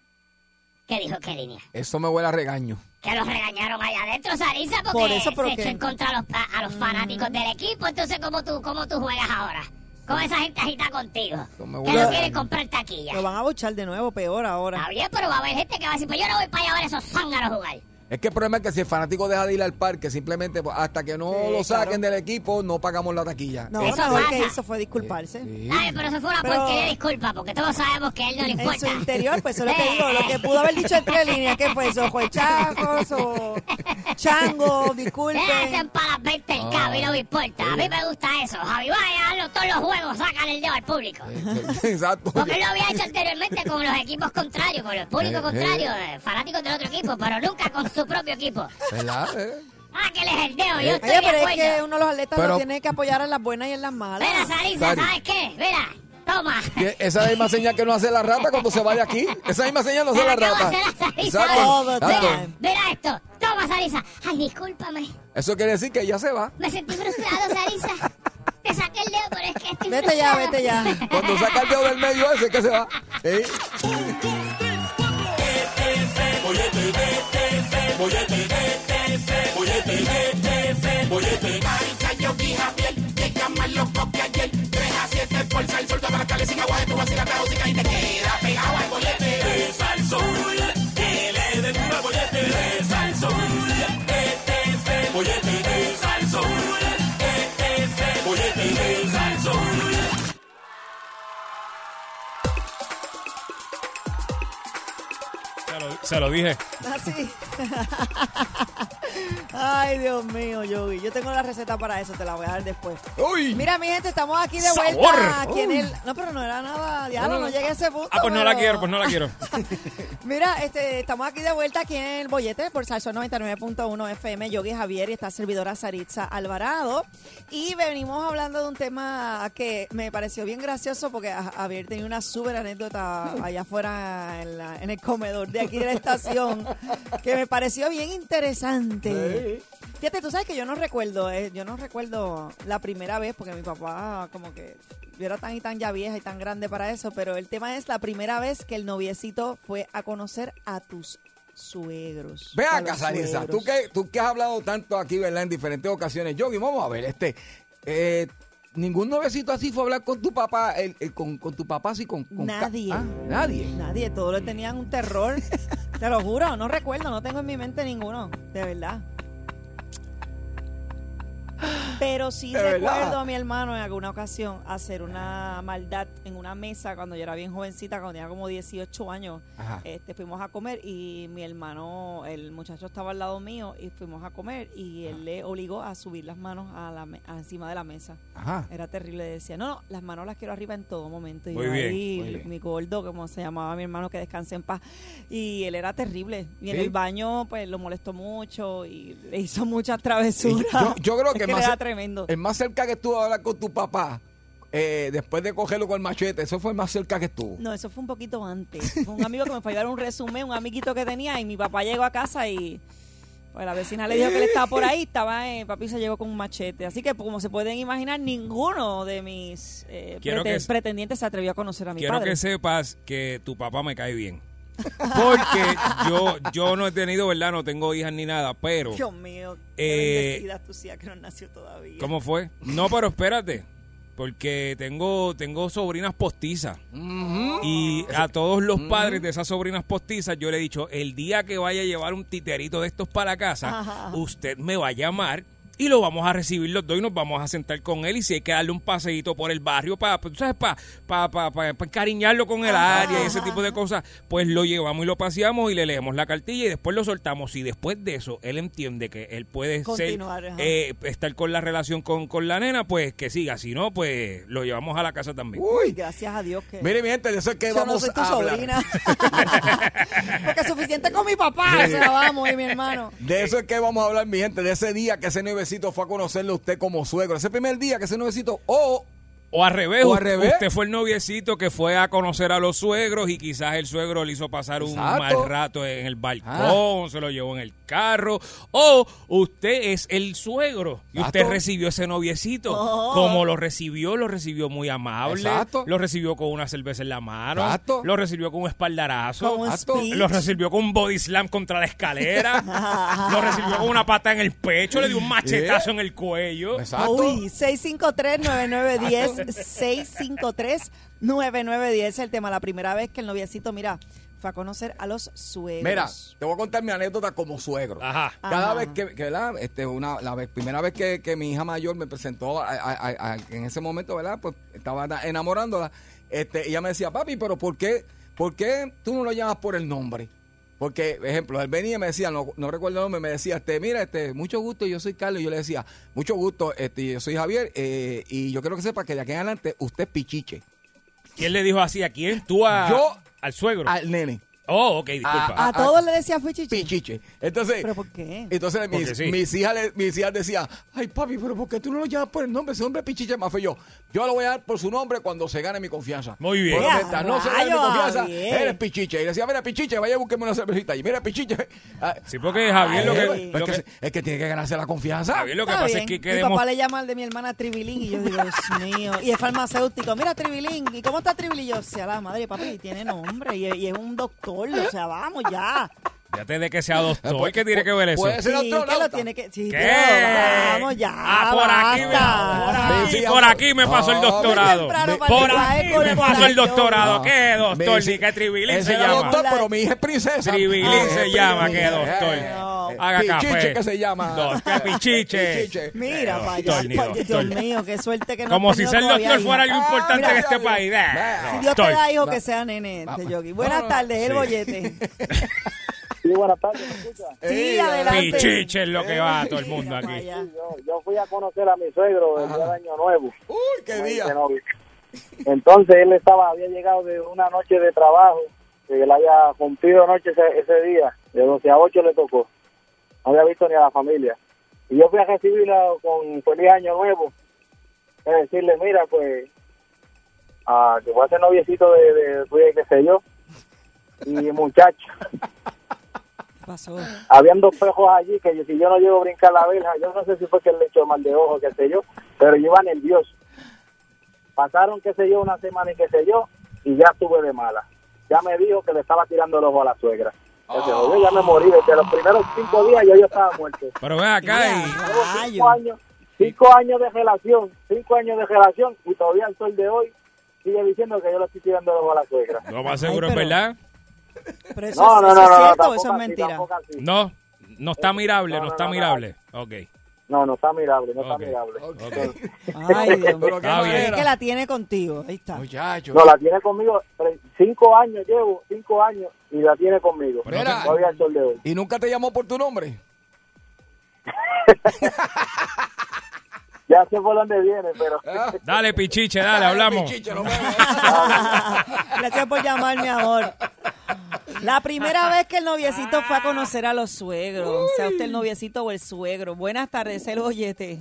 E: ¿Qué dijo qué línea?
C: Eso me huele a regaño.
E: Que los regañaron allá adentro, Sarisa, porque
D: Por eso, pero
E: se echó
D: que- Mm.
E: en contra a los, pa- a los fanáticos del equipo. Entonces, ¿cómo tú, cómo tú juegas ahora? Con esa gente agita contigo.
C: No me
E: Que
C: gusta.
E: no quieren comprar taquilla.
D: Lo van a bochar de nuevo, peor ahora.
E: Está bien, pero va a haber gente que va a decir, pues yo no voy para allá a ver esos zánganos jugar.
C: Es que el problema es que si el fanático deja de ir al parque, simplemente pues, hasta que no
D: Sí,
C: lo
D: claro.
C: saquen del equipo, no pagamos la taquilla.
D: No,
E: Eso
D: lo mejor que
E: pasa.
D: hizo fue disculparse.
C: Sí.
E: Ay, pero eso fue una
D: Pero-
E: porquería, disculpa, porque todos sabemos que a él no le
D: En su
E: importa.
D: interior, pues eso es lo que digo, lo que pudo haber dicho entre líneas, ¿qué fue eso? ¿Fue chacos o chango?
E: Eh,
D: Disculpen.
E: Hacen para verte el cabo y no me importa. A mí me gusta eso. Javi, vaya a darlo todos los juegos, sacan el dedo al público.
C: Exacto.
E: Porque él lo había hecho anteriormente con los equipos contrarios, con el público
C: Eh,
E: contrario, eh, fanáticos del otro equipo, pero nunca con su propio equipo.
C: ¿Verdad? Eh.
E: Ah, que él es el dedo, yo
C: Eh,
E: estoy
D: Oye,
E: de
D: pero es que
E: acuerdo.
D: uno de los atletas
C: Pero-
D: lo tiene que apoyar en las buenas y en las malas.
E: Mira, Sarisa,
C: Sari.
E: ¿sabes qué? Mira, toma.
C: Que Esa es la misma señal que no hace la rata cuando se va de aquí. Esa misma señal no hace
E: Se la
C: la
E: acabo de
C: rata.
E: hacer a Sarisa.
D: Todo
C: Exacto.
D: el
C: Exacto.
D: time.
E: Mira esto. Toma, Sarisa. Ay, discúlpame.
C: Eso quiere decir que ya se va.
E: Me sentí frustrado, Sarisa. Te saqué el dedo, pero es que estoy
D: Vete ya,
E: frustrado.
D: vete ya.
C: Cuando saca el dedo del medio ese que se va. ¿Eh?
F: Se lo, se lo dije.
D: Así. Ah, Ay, Dios mío, Yogi. Yo tengo la receta para eso, te la voy a dar después.
C: ¡Uy!
D: Mira, mi gente, estamos aquí de
F: Sabor. Oh.
D: vuelta. Aquí en el... No, pero no era nada. Diablo,
F: No, no,
D: no
F: no.
D: llegué a ese punto.
F: Ah, pues no la
D: pero-
F: quiero, pues no la quiero.
D: Mira, este, estamos aquí de vuelta aquí en el bollete por Salsón 99.1 FM. Yogi Javier y está servidora Saritza Alvarado. Y venimos hablando de un tema que me pareció bien gracioso porque a- Javier tenía una súper anécdota allá afuera en, la- en el comedor de aquí de la estación que me pareció bien interesante. Fíjate, tú sabes que yo no recuerdo, eh, yo no recuerdo la primera vez porque mi papá como que yo era tan y tan ya vieja y tan grande para eso, pero el tema es la primera vez que el noviecito fue a conocer a tus suegros.
C: Ve
D: a
C: acá,
D: los
C: Sarisa.
D: suegros.
C: Tú que, tú que has hablado tanto aquí, ¿verdad? En diferentes ocasiones. Yogi, vamos a ver, este. eh, ningún novecito así fue a hablar con tu papá, el- el- con, con tu papá así, con, con ca-
D: Nadie.
C: Ah, nadie.
D: Nadie, todos le tenían un terror. Te lo juro, no recuerdo, no tengo en mi mente ninguno, de verdad. Pero sí
C: De
D: recuerdo
C: verdad.
D: a mi hermano en alguna ocasión hacer una maldad en una mesa cuando yo era bien jovencita, cuando tenía como 18 años.
C: Ajá.
D: Este, fuimos a comer y mi hermano, el muchacho estaba al lado mío y fuimos a comer y él le obligó a subir las manos a la me- a encima de la mesa.
C: Ajá.
D: Era terrible, decía, no, no, las manos las quiero arriba en todo momento. Y
F: Muy
D: yo
F: bien,
D: ahí,
C: muy bien.
D: mi gordo, como se llamaba mi hermano, que descanse en paz. Y él era terrible. Y en
C: Sí.
D: el baño, pues, lo molestó mucho y le hizo muchas
C: Y
D: travesuras.
C: Yo, yo creo
D: Es
C: que,
D: que
C: más,
D: era tremendo.
C: el más cerca que estuvo a hablar con tu papá, eh, después de cogerlo con el machete, eso fue el más cerca que estuvo.
D: No, eso fue un poquito antes. Fue un amigo que me fue a llevar un resumen, un amiguito que tenía, y mi papá llegó a casa y pues la vecina le dijo que él estaba por ahí, estaba eh, papi se llegó con un machete. Así que pues, como se pueden imaginar, ninguno de mis eh,
F: Quiero
D: prete-
F: que se-
D: pretendientes se atrevió a conocer a mi
F: Quiero
D: padre.
F: que sepas que tu papá me cae bien. Porque yo, yo no he tenido, ¿verdad? No tengo hijas ni nada, pero...
D: Dios mío,
F: Eh,
D: qué bendecida tu tía que no nació todavía.
F: ¿Cómo fue? No, pero espérate. Porque tengo, tengo sobrinas postizas. Y a todos los padres de esas sobrinas postizas, yo le he dicho: el día que vaya a llevar un titerito de estos para casa, usted me va a llamar. Y lo vamos a recibir los dos y nos vamos a sentar con él. Y si hay que darle un paseíto por el barrio para, tú sabes, para, para, para, encariñarlo con el área y ese tipo de cosas, pues lo llevamos y lo paseamos y le leemos la cartilla y después lo soltamos. Y después de eso, él entiende que él puede
D: Continuar,
F: ser
D: ajá.
F: eh, eh, estar con la relación con, con la nena, pues que siga. Si no, pues lo llevamos a la casa también.
D: Ay,
C: Uy.
D: Gracias a Dios que
C: Mire, mi gente, de eso es que
D: yo no
C: vamos
D: soy tu
C: a hablar.
D: sobrina. Porque suficiente con mi papá, o sea, vamos, y mi hermano.
C: De eso es que vamos a hablar, mi gente, de ese día que ese nueve nuevecito fue a conocerle a usted como suegro. Ese primer día que ese nuevecito, o
F: O al revés,
C: O al
F: u-
C: revés.
F: usted fue el noviecito que fue a conocer a los suegros y quizás el suegro le hizo pasar un
C: Exacto. Ah.
F: mal rato en el balcón, se lo llevó en el carro, o usted es el suegro y usted
C: Exacto.
F: recibió ese noviecito.
D: Oh.
F: Como lo recibió, lo recibió muy amable,
C: Exacto.
F: lo recibió con una cerveza en la mano,
C: Exacto.
F: lo recibió con un espaldarazo.
D: Con un
C: Exacto.
D: speech.
F: Lo recibió con un body slam contra la escalera. lo recibió con una pata en el pecho, le dio un machetazo en el cuello.
C: exacto.
D: Uy, 653-9910. 653-9910 es el tema. La primera vez que el noviecito, mira, fue a conocer a los suegros.
C: Mira, te voy a contar mi anécdota como suegro.
F: Ajá.
C: Cada
D: Ajá.
C: vez que, que, ¿verdad? Este, una, la vez- primera vez que, que mi hija mayor me presentó a- a- a- a- en ese momento, ¿verdad? Pues estaba na- enamorándola. Este, ella me decía, papi, pero ¿por qué, ¿por qué tú no lo llamas por el nombre? Porque, ejemplo, él venía y me decía, no, no recuerdo el nombre, me decía, este, mira, este, mucho gusto, yo soy Carlos. Y yo le decía, mucho gusto, este, yo soy Javier, eh, y yo quiero que sepa que de aquí en adelante usted es pichiche.
F: ¿Quién le dijo así? ¿A quién? ¿Tú a,
C: Yo-
F: al suegro?
C: Al nene,
F: oh, ok, disculpa.
D: a
C: ah,
D: todos le decía Fuchichi.
C: pichiche. Entonces,
D: ¿Pero por qué?
C: Entonces
F: Porque
C: mis,
F: sí.
C: mis hijas, le- mis hijas decían, ay papi, pero ¿por qué tú no lo llamas por el nombre? Ese hombre es pichiche más feo. Yo lo voy a dar por su nombre cuando se gane mi confianza.
F: Muy bien.
C: Bueno,
D: ¡Ea,
C: mientras no se gane mi
D: rayos,
C: confianza,
D: Javier!
C: eres pichiche. Y le decía, mira pichiche, vaya a buscarme una cervecita. Y mira pichiche. Ah,
F: sí, porque Javier lo
C: eh,
F: que,
C: pues
F: lo
C: es, que,
F: que-
C: se- es que tiene que ganarse la confianza.
F: Javier lo que
D: Está
F: pasa
D: bien.
F: es que
D: Mi
F: queremos...
D: papá le llama al de mi hermana Tribilín y yo digo, Dios mío. Y es farmacéutico. Mira, Tribilín, ¿y cómo está Tribilín? Y Yo, sea la madre, papi, tiene nombre y, y es un doctor. O sea, vamos ya.
F: Fíjate de que sea doctor,
C: Pues-
F: ¿qué tiene que ver eso?
C: pues-
D: Sí,
C: Ese
D: que
C: astronauta.
D: lo tiene que... sí,
F: ¿Qué?
D: pero vamos ya,
F: Ah, por aquí, me-
D: basta.
F: por aquí,
C: Sí, sí,
F: por
C: ah,
F: aquí me pasó el
C: ah,
F: doctorado.
D: muy temprano para el
F: Por aquí
D: traje
F: me pasó el
D: colegio.
F: doctorado.
C: Ah,
F: ¿Qué
C: me
F: doctor?
C: dice-
F: Ni qué tribilín
C: ese
F: se
C: era
F: llama.
C: doctor, pero mi hija es princesa.
F: Tribilín
C: Ah,
F: se
C: es
F: llama,
C: princesa.
F: que doctor.
C: Eh, eh,
F: Haga
C: pichiche
F: café.
C: que se llama.
F: No, que pichiche.
D: Mira, para allá.
F: doctor, ni
D: pa-
F: doctor.
D: Dios mío, qué suerte que no
F: Como
D: has
F: si
D: tenido
F: ser doctor
D: todavía,
F: fuera
D: hija.
F: algo importante
D: mira,
F: en este
C: Javier.
F: país.
C: Ah,
D: Si Dios te
F: Doctor.
D: da hijo
C: Va-
D: que sea nene, este
C: va-
D: Yogi. Buenas
C: no,
D: tardes, el
F: sí.
D: bollete.
G: Sí, buenas tardes, ¿me escucha?
D: Sí, adelante.
F: Pichiche es lo que va a todo el mundo
D: Mira pa'
F: aquí.
D: allá.
G: Yo, yo fui a conocer a mi suegro el día del Año Nuevo.
C: Uy, qué
G: como
C: día.
G: dice Novi. Entonces él estaba, había llegado de una noche de trabajo, que él había cumplido noche ese, ese día, de 12 a 8 le tocó. No había visto ni a la familia. Y yo fui a recibirla con feliz año nuevo. Es decirle, mira, pues, ah, que voy a ser noviecito de, de, tuya y qué sé yo. Y muchacho,
D: Pasó.
G: habían dos pejos allí que yo- si yo no llego a brincar la verja, yo no sé si fue que le echó mal de ojo, qué sé yo, pero yo iba nervioso. Pasaron, qué sé yo, una semana y qué sé yo, y ya estuve de mala. Ya me dijo que le estaba tirando el ojo a la suegra. Yo dije, "Oye, ya me morí, desde los primeros cinco días yo, yo estaba muerto.
F: Pero ven acá y...
D: Mira,
G: Llevo
D: rayo.
G: cinco años, cinco años de relación, cinco años de relación, y todavía el sol de hoy sigue diciendo que yo le estoy tirando el ojo a la suegra.
F: Lo más seguro
D: Ay,
F: es
D: pero-
F: verdad.
D: Pero eso,
G: No, no,
D: es-
G: no, no,
D: eso es
G: no,
D: cierto, o
G: tampoco
D: eso es
G: así,
D: mentira.
G: tampoco así.
F: No, no está mirable,
G: No,
F: no
G: no,
F: está
G: no, no,
F: mirable. Ok.
G: No, no está mirable, no
F: Ok.
G: está mirable.
C: Ok.
D: Ay, Dios mío.
C: Pero qué
F: Está bien.
D: Es
C: manera.
D: que la tiene contigo, ahí está.
C: Muchacho.
G: No, la tiene conmigo. tre- Cinco años llevo, cinco años, y la tiene conmigo.
F: Pero
C: no te-
G: Todavía el sol de hoy.
C: ¿Y nunca te llamó por tu nombre?
G: Ya sé por dónde viene, pero.
C: Ah.
F: Dale, pichiche, dale, hablamos.
C: Pichiche, no me-
D: Gracias por llamar, mi amor. La primera vez que el noviecito fue a conocer a los suegros, o sea usted el noviecito o el suegro. Buenas tardes, el bollete.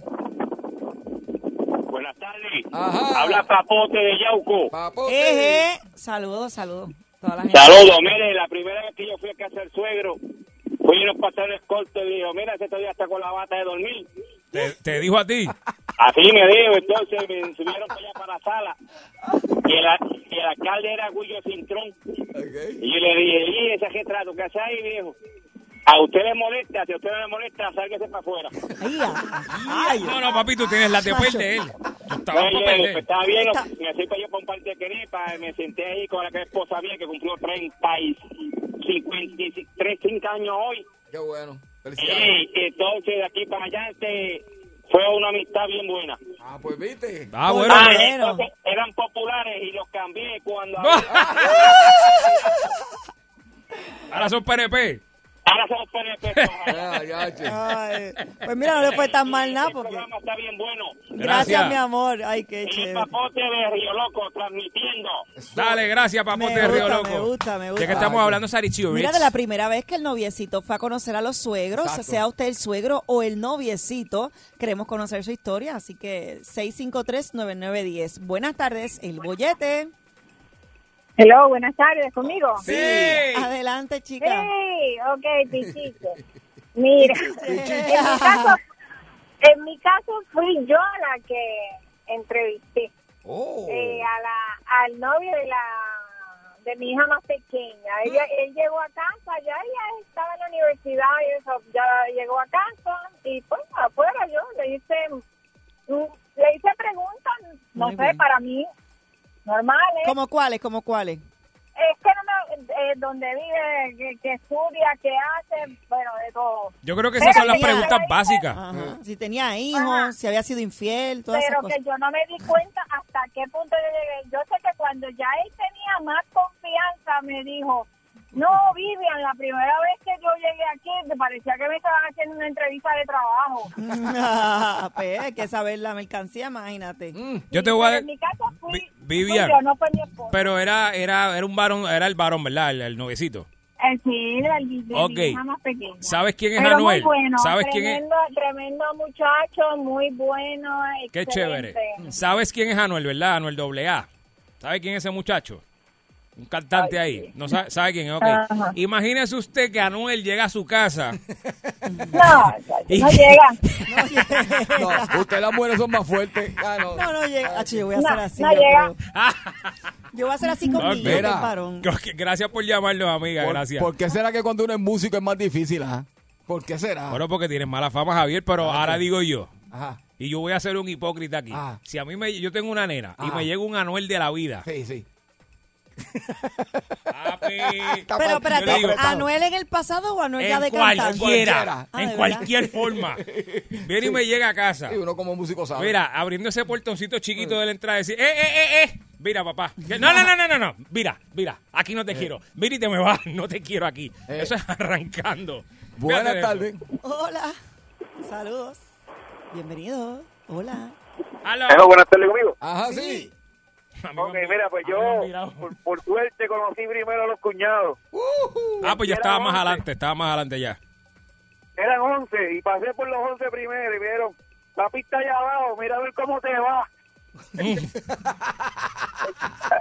H: Buenas tardes.
C: Ajá.
H: Habla Papote de Yauco.
C: Papote.
D: Eje. Eh, Saludos, saludos. Toda la gente.
H: Saludos. Mire, la primera vez que yo fui a casa del suegro, fui a unos pastores cortos y dijo, mira, ese todavía está con la bata de dormir.
F: Te, te dijo a ti.
H: Así me dijo, entonces me subieron para allá para la sala. Y el, a- y el alcalde era Guillo Cintrón. Y yo le dije, ¿y ese retrato que hace ahí, viejo? A usted le molesta, si a usted no le molesta, sálgase para afuera.
D: Ay, ay, ay.
F: No, no, papi, tú tienes la de perder. Tú estabas
H: Oye,
F: por
H: pues,
F: perder.
H: estaba bien,
D: Está-
H: me fui para yo para un parque de quenepa, me senté ahí con la que esposa mía que cumplió 30 y 53, 5 años hoy.
C: Qué bueno. Felicidades.
H: Y entonces de aquí para allá este, fue una amistad bien buena.
C: Ah, pues viste.
F: Ah, bueno.
H: Ah,
D: bueno.
H: entonces eran populares y los cambié cuando...
F: Ahora son PNP.
H: Ahora somos PNP.
C: Ah, ya, che.
D: Ay, pues mira, no le fue tan mal nada
H: El
D: porque...
H: programa está bien bueno.
D: Gracias, mi amor. Ay, qué
H: Y el
D: chévere.
H: papote de Río Loco transmitiendo.
F: Dale, gracias, papote de Río
D: gusta,
F: Loco.
D: me gusta, me
F: Ya
D: gusta.
F: que estamos hablando, Sarichio
D: Mira, de la primera vez que el noviecito fue a conocer a los suegros,
C: Exacto.
D: sea usted el suegro o el noviecito, queremos conocer su historia, así que 653-9910. Buenas tardes, el bollete.
I: Hello, buenas tardes, ¿conmigo?
F: Sí.
D: Adelante, chica.
I: Sí, ok, pichiche. Mira, en mi, caso, en mi caso fui yo la que entrevisté
C: Oh.
I: eh, a la, al novio de la de mi hija más pequeña. Ella, él llegó a casa, ya ella estaba en la universidad y eso, ya llegó a casa y pues afuera yo le hice mm, le hice preguntas, no
D: Muy
I: sé,
D: bien.
I: para mí ¿eh? normales.
D: ¿Cómo cuáles? ¿Cómo cuáles?
I: Es que no me, eh, donde vive, que, que estudia, que hace, bueno, de todo.
F: Yo creo que esas son las
D: Mira,
F: preguntas
I: mira.
F: básicas.
D: Ajá. Si tenía hijos,
I: Ajá.
D: si había sido infiel, todas esas
I: Pero
D: cosas.
I: que yo no me di cuenta hasta qué punto yo llegué. Yo sé que cuando ya él tenía más confianza, me dijo, no, Vivian, la primera vez que yo llegué aquí, me parecía que me estaban haciendo una entrevista de trabajo.
D: Ah, pues, hay que saber la mercancía, imagínate.
F: Mm, Yo te voy a...
I: Pero En mi caso fui,
F: Vi-
I: fui
F: Vivian.
I: yo, no fue mi esposo.
F: Pero era, era, era un varón, era el varón, ¿verdad? El, el noviecito.
I: Eh, sí, era el de mi
F: Ok.
I: hija más pequeña.
F: ¿Sabes quién es
I: Pero
F: Anuel?
I: Muy bueno,
F: ¿Sabes quién es?
I: tremendo, tremendo muchacho, muy bueno.
F: Qué
I: excelente.
F: chévere. ¿Sabes quién es Anuel, verdad? Anuel AA. ¿Sabe quién es ese muchacho? Un cantante ahí. No sabe, sabe quién es, ok.
I: Ajá.
F: Imagínese usted que Anuel llega a su casa.
I: No,
F: ¿Y
I: no
F: qué?
I: llega.
D: No llega.
C: No, ustedes las mujeres son más fuertes. Ah, no.
D: No, no llega. Acho, yo voy a
I: No,
D: hacer así.
I: no
D: yo
I: llega.
D: creo. Yo voy a hacer así con
F: No,
D: mi
F: espera.
D: hijo, varón.
F: Gracias por llamarnos, amiga.
C: Por-
F: Gracias.
C: ¿Por qué será que cuando uno es músico es más difícil, ah? ¿Por qué será? Ah,
F: Bueno, porque tienes mala fama, Javier, pero ahora digo yo.
C: Ajá.
F: Y yo voy a ser un hipócrita aquí.
C: Ah.
F: Si a mí me... Yo tengo una nena y
C: Ah.
F: me llega un Anuel de la vida.
C: Sí, sí.
F: Papi,
C: Está
D: Pero
C: apretado,
D: espérate,
C: está apretado.
D: ¿Anuel en el pasado o Anuel ya de
F: en
D: cantante?
F: cualquiera,
D: Ah,
F: en
D: ¿de
F: cualquier forma. Viene y me llega a casa.
C: Sí, uno como músico sabe.
F: Mira, abriendo ese portoncito chiquito de la entrada, decir, ¡eh, eh, eh, eh! Mira, papá. No, no, no, no, no, no. Mira, mira. Aquí no te quiero. Mira y te me vas. No te quiero aquí.
C: Eh.
F: Eso es arrancando. Fíjate
C: Buenas
F: de
C: tardes.
F: eso.
D: Hola. Saludos. Bienvenido. Hola.
F: Aló.
H: Hello, buenas tardes conmigo.
C: Ajá, sí.
F: A mí me
H: Ok,
F: han-
H: mira, pues
F: a mí me han
H: yo,
F: mirado.
H: por, por suerte, conocí primero a los cuñados.
C: Uh-huh.
F: Ah, pues yo estaba más
H: Era once.
F: adelante, estaba más adelante ya.
H: Eran 11 y pasé por los 11 primero y me dijeron, papi está allá abajo, mira a ver cómo te va.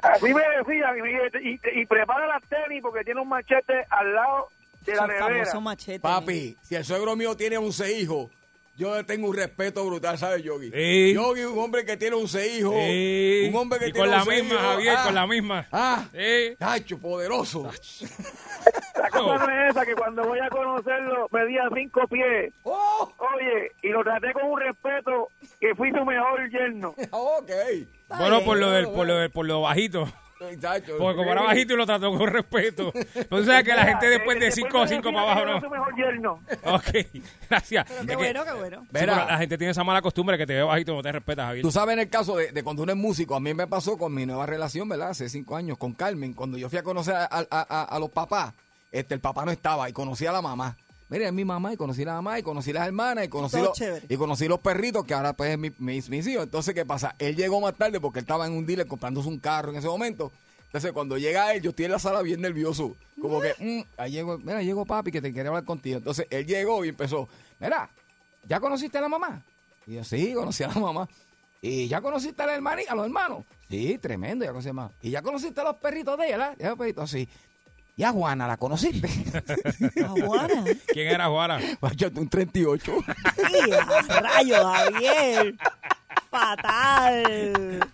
H: Así me decían y, me dije, y, y prepara las tenis porque tiene un machete al lado de la
D: Son
H: nevera.
D: famoso machete.
C: Papi, si el suegro mío tiene 11 hijos, yo le tengo un respeto brutal, ¿sabes, Yogi?
F: Sí.
C: Yogi, un hombre que tiene 11 hijos.
F: Sí.
C: Un hombre que
F: Y
C: tiene
F: con la
C: 11
F: misma,
C: hijos.
F: Javier,
C: Ah,
F: con la misma.
C: Ah,
F: Sí.
C: cacho, poderoso.
H: La cosa no es esa, que cuando voy a conocerlo medía cinco pies.
C: Oh,
H: Oye, y lo traté con un respeto que fui su mejor yerno.
C: ok.
D: Está
F: Bueno,
D: bien.
F: por lo, del, por, lo del- por lo bajito.
C: Chacho.
F: Porque como era bajito y lo trató con respeto. Entonces, ¿sabes que la gente
C: eh,
F: después de 5 o 5 para abajo
H: Su
F: no?
H: mejor yerno.
F: Ok, gracias.
D: Pero qué
F: Es que-
D: bueno, qué bueno.
F: Sí, pero la
C: Verá,
F: gente tiene esa mala costumbre que te ve bajito y no te respeta, Javier.
C: tú sabes en el caso de, de cuando uno es músico, a mí me pasó con mi nueva relación, ¿verdad? Hace cinco años, con Carmen, cuando yo fui a conocer a, a- a- a los papás, este, el papá no estaba y conocí a la mamá. Mira, es mi mamá y conocí a la mamá y conocí a las hermanas y conocí,
D: Todo
C: los,
D: chévere.
C: y conocí los perritos que ahora pues es mi, mis, mis hijos. Entonces, ¿qué pasa? Él llegó más tarde porque él estaba en un dealer comprándose un carro en ese momento. Entonces, cuando llega él, yo estoy en la sala bien nervioso. Como que, mm, ahí llegó, mira, llegó papi que te quería hablar contigo. Entonces, él llegó y empezó, mira, ¿ya conociste a la mamá? Y yo, sí, conocí a la mamá. ¿Y ya conociste a la hermani- a los hermanos? Sí, tremendo, ya conocí a la mamá. ¿Y ya conociste a los perritos de ella? Ya los perritos, sí. ¿Y a Juana la conociste?
D: Ah, Juana.
F: ¿Quién era Juana?
C: Macho, un 38.
D: Sí, a rayo, Javier. Fatal.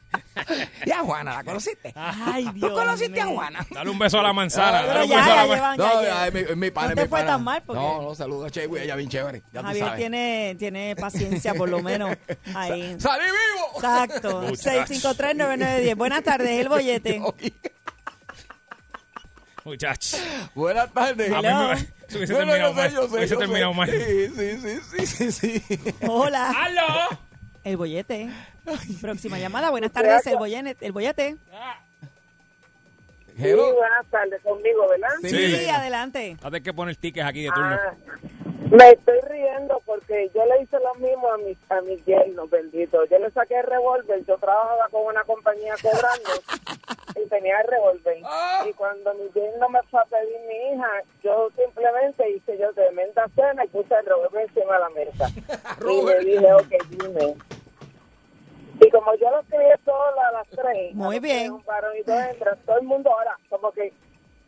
C: ¿Y a Juana la conociste?
D: Ay, Dios.
C: ¿Tú conociste a
D: mío.
C: Juana?
F: Dale un beso a la manzana.
C: Ah,
F: dale
D: Pero
F: un
D: ya,
F: beso a
D: ya
F: la man-
D: llevan.
C: No,
D: ya
C: ya,
D: llevan.
C: es mi, es mi pana,
D: No
C: es
D: te
C: mi
D: fue
C: pana.
D: tan mal porque.
C: No, no, saludos a Chewy, ella bien chévere. Ya tú
D: Javier
C: sabes.
D: tiene, tiene paciencia, por lo menos. Ahí.
C: ¡Salí vivo!
D: Exacto. 653-9910. Buenas tardes, el bollete.
F: Muchachos.
C: Buenas tardes.
F: A mí me- se hubiese
C: Bueno,
F: terminado
C: yo sé,
F: mal.
C: yo sé,
F: Hubiese
C: yo
F: terminado
C: sé.
F: mal.
C: Sí, sí, sí, sí, sí.
D: Hola,
F: ¡Aló!
D: el bollete. Próxima llamada. Buenas tardes, el bollete. El bollete.
F: Hello.
H: Sí, buenas tardes, conmigo, ¿verdad?
F: Sí.
D: Sí, adelante.
F: Va a tener que poner tickets aquí de turno.
H: Ah, me estoy riendo porque yo le hice lo mismo a mis, a mis yernos, bendito. Yo le saqué el revólver, yo trabajaba con una compañía cobrando y tenía el revólver.
D: Ah.
H: Y cuando mi yerno me fue a pedir mi hija, yo simplemente hice yo tremenda cena y puse el revólver encima de la mesa. y le
C: Robert.
H: dije, ok, dime. Y como yo lo crié solo a las tres,
D: Muy
H: a los
D: bien.
H: tres, un varón y dos hembras, todo el mundo ahora, como que,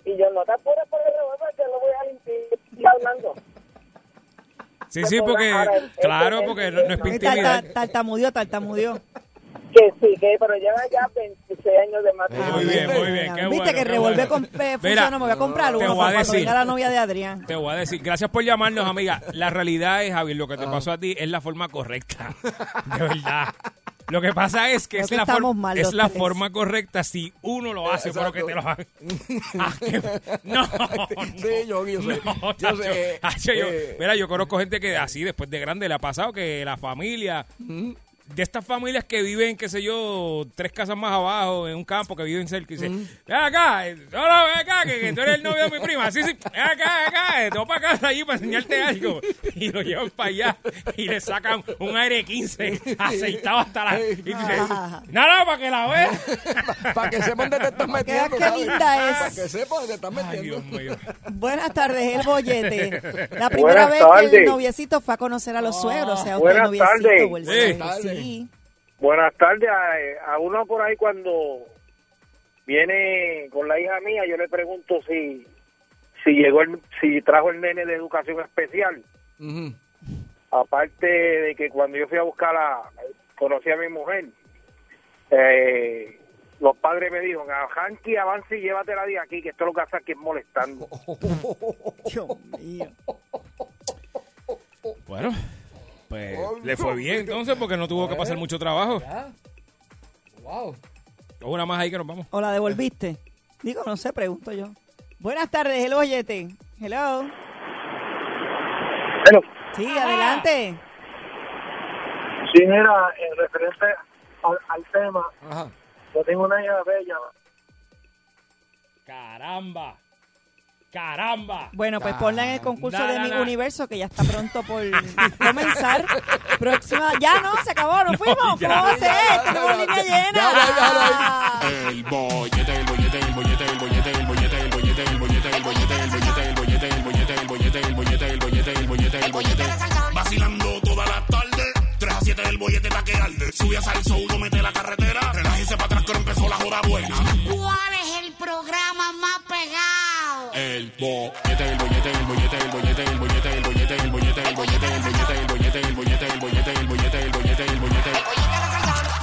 H: y yo no te apures por el revólver, yo lo voy a limpiar, está hablando.
F: Sí, sí, porque.
H: Ahora, el-
F: Claro,
H: el-
F: porque no, no es para
H: el-
F: intimidar.
D: Tarta- Tartamudeó, tartamudeó.
H: este, Que sí, que, pero lleva ya 26 años de matrimonio.
F: Muy bien, muy bien.
D: Mira,
F: Qué
D: Viste
F: bueno,
D: que
F: Ah, qué
D: revolver
F: bueno.
D: con eh,
F: Mira,
D: funciona, me voy a comprar
F: te
D: uno
F: voy a
D: para cuando
F: decir.
D: venga la novia de Adrián.
F: Te voy a decir, gracias por llamarnos, amiga. La realidad es, Javier, lo que te
D: Ah.
F: pasó a ti es la forma correcta. De verdad. Lo que pasa es que
D: Creo
F: es,
D: que
F: la, for-
D: estamos mal
F: es
D: los
F: la
D: tres.
F: forma correcta si uno lo hace, pero que te lo hagan. Ah, qué- no,
C: Sí, yo, yo sé.
F: no,
C: yo
F: tacho.
C: sé.
F: Tacho, Ah, yo-
C: eh,
F: mira, yo conozco gente que así, después de grande, le ha pasado que la familia,
C: Mm,
F: de estas familias que viven, qué sé yo, tres casas más abajo, en un campo, que viven cerca, y dice,
C: Mm.
F: ven acá, eh, no, no, ven acá, que, que tú eres el novio de mi prima, sí, sí, ven acá, ven acá, eh, te voy para casa allí para enseñarte algo. Y lo llevan para allá y le sacan un aire 15 aceitado hasta la... Y tú dices, no, no, para que la veas.
C: Para que sepan dónde te estás
D: veas
C: metiendo.
D: qué linda es.
C: Para que sepan dónde te estás
F: Ay,
C: metiendo.
F: Dios mío.
D: Buenas tardes, el bollete. La primera
G: Buenas
D: vez que el
G: tardes.
D: noviecito fue a conocer a los suegros, o sea, usted
G: Buenas
D: noviecito
G: tardes.
D: o el
F: Sí.
D: suegro,
C: Buenas tardes.
D: sí.
G: Buenas tardes. A, a uno por ahí cuando viene con la hija mía, yo le pregunto si si llegó el, si trajo el nene de educación especial.
C: Ujú.
G: Aparte de que cuando yo fui a buscar a conocí a mi mujer, eh, los padres me dijeron, a Hanky, avance y llévatela de aquí, que esto lo que hace aquí es molestando.
D: Dios mío.
F: Bueno, pues le fue bien entonces porque no tuvo que pasar mucho trabajo.
C: Wow.
F: Una más ahí que nos vamos.
D: ¿O la devolviste? Digo, no sé, pregunto yo. Buenas tardes, el bollete. Hello.
J: Bueno,
D: Sí, adelante.
J: sí,
G: Ah,
J: mira,
G: eh,
J: en referente al, al tema,
C: Ajá.
J: yo tengo una hija bella.
F: Caramba. Caramba.
D: Bueno, pues ponla en el concurso
F: Na,
D: de
F: na,
D: mi
F: na.
D: universo que ya está pronto por comenzar. Próxima. Ah, Ya no, se acabó, nos fuimos.
F: ya.
D: ¿Cómo va a ser?
C: ya,
D: Tenemos
C: ya,
D: línea
C: ya,
D: llena.
C: ya, ya, ya, ya.
K: El bollete, el bollete, el bollete, el bollete, el bollete, el bollete, el bollete, el bollete, el bollete, el bollete, el bollete, el bollete, el bollete, el bollete, el bollete, el bollete. Vacilando toda la tarde, 3 a 7 del bollete pa' que arde. Sube a salso, uno mete la carretera, relájese para atrás que ahora empezó la joda buena.
B: ¿Cuál es el programa más pegado?
K: El bollete, el bollete, el bollete, el bollete, el bollete, el bollete, el bollete, el bollete, el bollete, el bollete, el bollete, el bollete, el bollete, el bollete, el bollete.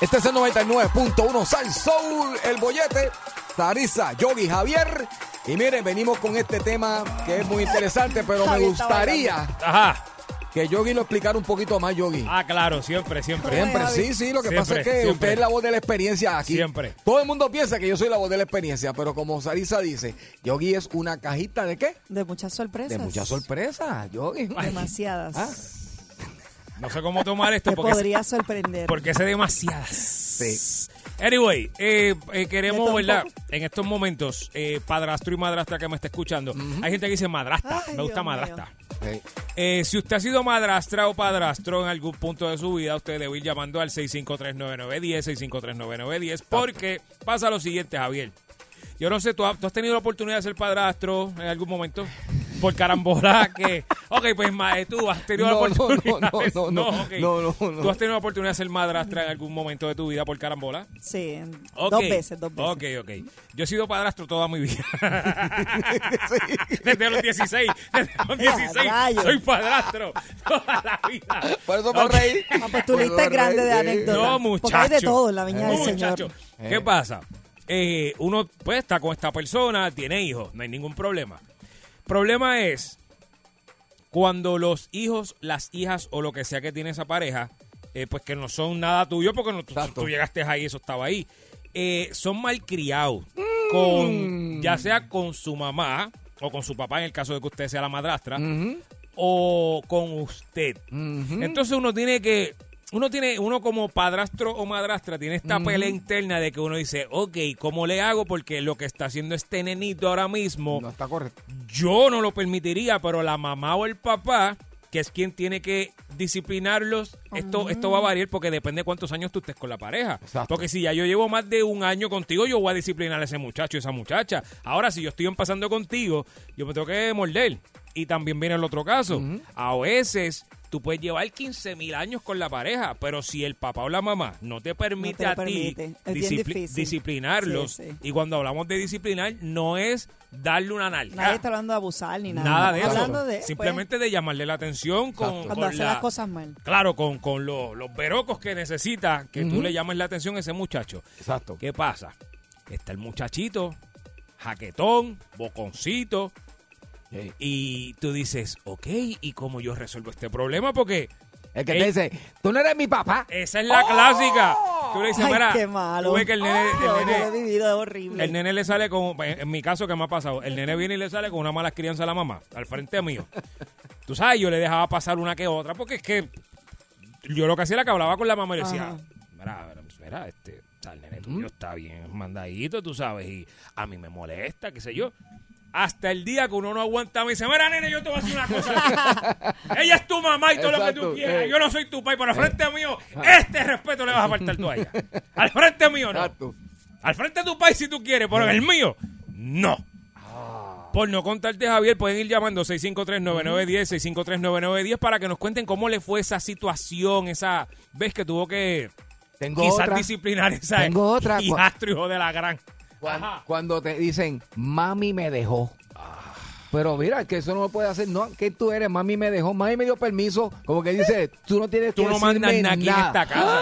C: Este es el 99.1 Sal Soul, el bollete, Sarisa, Yogi, Javier. Y miren, venimos con este tema que es muy interesante, pero me
D: Javier está
C: gustaría
F: Ajá.
C: que Yogi lo explicara un poquito más, Yogi.
F: Ah, claro, siempre, siempre.
C: Siempre, sí, sí, lo que pasa
F: Siempre,
C: es que
F: siempre.
C: usted es la voz de la experiencia aquí.
F: Siempre.
C: Todo el mundo piensa que yo soy la voz de la experiencia, pero como Sarisa dice, Yogi es una cajita de qué?
D: De muchas sorpresas.
C: De muchas sorpresas, Yogi.
D: Demasiadas.
C: Ah,
F: No sé cómo tomar esto
D: Te
F: porque,
D: podría sorprender.
F: porque sé demasiadas.
C: Sí.
F: Anyway, eh, eh, queremos,
D: Yo
F: ¿verdad?
D: tampoco.
F: En estos momentos, eh, padrastro y madrastra que me está escuchando, hay gente que dice madrastra,
D: Ay,
F: me gusta
D: Dios
F: madrastra.
C: Sí.
F: Eh, si usted ha sido madrastra o padrastro en algún punto de su vida, usted debe ir llamando al 6539910, 6539910, porque pasa lo siguiente, Javier. Yo no sé, ¿tú has, tú has tenido la oportunidad de ser padrastro en algún momento? Por carambola que... Ok, pues ma, eh, tú has tenido la
C: No, no, no,
F: oportunidad...
C: no,
F: de-
C: no, no,
F: ok.
C: no, no, no.
F: ¿Tú has tenido la oportunidad de ser madrastra en algún momento de tu vida por carambola?
D: Sí,
F: Ok.
D: dos veces, dos veces.
F: Ok, ok. Yo he sido padrastro toda mi vida. Desde los 16. Desde los
D: Ya,
F: 16.
D: rayos.
F: Soy padrastro toda la vida.
C: Por eso me
F: Ok.
C: reí.
D: Ah, pues tu
C: Por
D: lista
C: eso
D: es
C: me
D: grande
C: reí,
D: de
C: sí.
D: anécdotas.
F: No,
D: Porque
F: muchacho.
D: hay de todo en la viña
F: No,
D: del Señor.
F: muchacho. ¿Qué pasa? Eh, uno pues está con esta persona, tiene hijos, no hay ningún problema. Problema es cuando los hijos, las hijas o lo que sea que tiene esa pareja, eh, pues que no son nada tuyo porque no, tú,
C: Exacto.
F: tú llegaste ahí, eso estaba ahí. Eh, son malcriados,
C: Mm.
F: con, ya sea con su mamá o con su papá en el caso de que usted sea la madrastra, o con usted. Entonces uno tiene que uno tiene, uno como padrastro o madrastra tiene esta
C: Ujú.
F: pelea interna de que uno dice, ok, ¿cómo le hago? Porque lo que está haciendo este nenito ahora mismo,
C: No está correcto.
F: yo no lo permitiría, pero la mamá o el papá, que es quien tiene que disciplinarlos,
D: Ah.
F: esto, esto va a variar porque depende de cuántos años tú estés con la pareja.
C: Exacto.
F: Porque si ya yo llevo más de un año contigo, yo voy a disciplinar a ese muchacho y esa muchacha. Ahora, si yo estoy empezando contigo, yo me tengo que morder. Y también viene el otro caso. A veces tú puedes llevar 15 mil años con la pareja, pero si el papá o la mamá no te permite
D: lo
F: a ti
D: permite. Es bien
F: discipli-
D: difícil.
F: disciplinarlos,
D: Sí, sí.
F: y cuando hablamos de disciplinar, no es darle una nalga.
D: Nadie está hablando de abusar ni nada.
F: ah, Nada de eso.
D: Hablando de, pues,
F: Simplemente de llamarle la atención con,
C: Exacto.
D: cuando
F: con
D: hace
F: la-
D: las cosas mal.
F: Claro, con, con lo- los berocos que necesita que tú le llames la atención a ese muchacho.
C: Exacto.
F: ¿Qué pasa? Está el muchachito, jaquetón, boconcito,
C: Sí.
F: y tú dices, ok, ¿y cómo yo resuelvo este problema? Porque
C: El que
F: Ey.
C: te dice, tú no eres mi papá.
F: esa es la clásica. Tú le dices,
D: ¡Oh! Ay,
F: mira,
D: qué malo.
F: tú ves que el nene- el
D: Yo, yo
F: nene-
D: lo he vivido es horrible.
F: el nene le sale con, en en mi caso que me ha pasado, el nene viene y le sale con una mala crianza a la mamá, al frente mío. Tú sabes, yo le dejaba pasar una que otra, porque es que yo lo que hacía era que hablaba con la mamá y le decía,
D: Ajá.
F: mira, mira, mira, este, o sea, el nene tuyo está bien mandadito, tú sabes, y a mí me molesta, qué sé yo. Hasta el día que uno no aguanta, me dice, mira, nene, yo te voy a decir una cosa. Ella es tu mamá y todo lo que
C: Exacto,
F: tú quieras.
C: eh.
F: Yo no soy tu pai, pero al frente mío,
C: Ah.
F: este respeto le vas a faltar tú a ella. Al frente mío, no.
C: Exacto.
F: Al frente de tu país si tú quieres, pero en el mío, no.
C: Ah.
F: Por no contarte, Javier, pueden ir llamando 653-9910, 653-9910 para que nos cuenten cómo le fue esa situación, esa vez que tuvo que
C: Tengo
F: quizás
C: otra.
F: disciplinar esa
C: Tengo otra.
F: hijastro hijo de la gran.
C: Cuan-
F: Ajá. Ah.
C: Cuando te dicen, mami me dejó. Pero mira, que eso no lo puede hacer. No, que tú eres, mami me dejó, mami me dio permiso. Como que dice, tú no tienes
F: Tú
C: que
F: no
C: decirme
F: mandas nada aquí en
C: nada.
F: esta casa.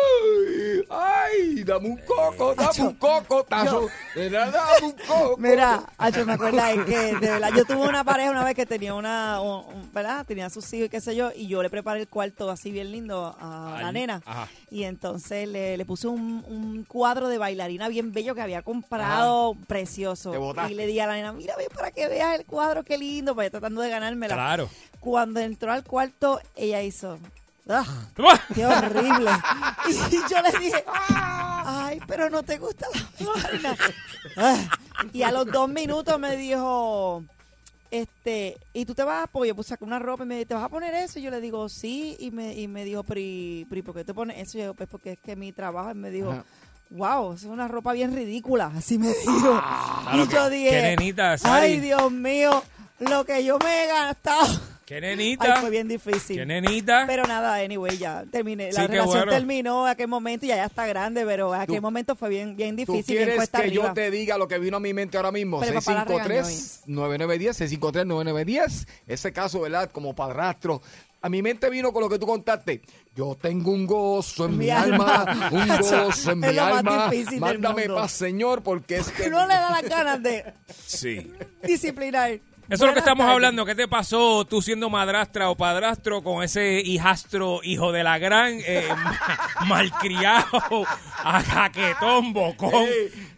C: Ay, ay, dame un coco, dame un coco, tazo. De nada, dame un coco.
D: Mira, Acho, me acuerda es que de verdad, yo tuve una pareja una vez que tenía una, un- un- ¿verdad? Tenía sus hijos y qué sé yo, y yo le preparé el cuarto así bien lindo a la
F: Al-
D: nena.
F: ajá.
D: Y entonces le, le puse un, un cuadro de bailarina bien bello que había comprado, precioso.
C: Te botaste.
D: Y le di a la nena, mira, ve para que veas el cuadro, qué lindo, pues yo tratando de ganármela.
F: Claro.
D: Cuando entró al cuarto, ella hizo, "Ugh, ¡Qué horrible! Y yo le dije, ay, pero no te gusta la bailarina. Ah, Y a los dos minutos me dijo, este, ¿y tú te vas a Porque yo puse acá una ropa y me dijo, ¿te vas a poner eso? Y yo le digo, sí. Y me, y me dijo, pri, pri, ¿por qué te pones eso? Y yo, pues porque es que mi trabajo. Y me dijo,
C: Ajá.
D: wow, eso es una ropa bien ridícula. Así me dijo.
F: Ah, Claro,
D: y yo
F: qué-
D: dije,
F: qué nenita, Sari.
D: ay, Dios mío, lo que yo me he gastado.
F: ¡Qué
D: Ay,
F: nenita!
D: fue bien difícil.
F: ¡Qué nenita!
D: Pero nada, anyway, ya terminé. La
F: Sí, qué
D: relación
F: bueno.
D: terminó en aquel momento y ya está grande, pero en aquel momento fue bien, bien
C: ¿Tú
D: difícil. bien
C: quieres que
D: cuesta arriba.
C: yo te diga lo que vino a mi mente ahora mismo?
D: Pero papá la regañó
C: 653-9910, 653-9910. Ese caso, ¿verdad? Como padrastro. A mi mente vino con lo que tú contaste. Yo tengo un gozo en mi,
D: Mi
C: alma,
D: alma.
C: un gozo en
D: Es
C: mi
D: lo más
C: alma.
D: difícil del
C: Mándame
D: mundo.
C: paz, Señor, porque es que...
D: No le da las ganas de
F: Sí.
D: disciplinar. Eso
F: Eso es lo que estamos hablando. ¿Qué te pasó tú siendo madrastra o padrastro con ese hijastro, hijo de la gran, eh, ma- malcriado, a jaquetón, bocón?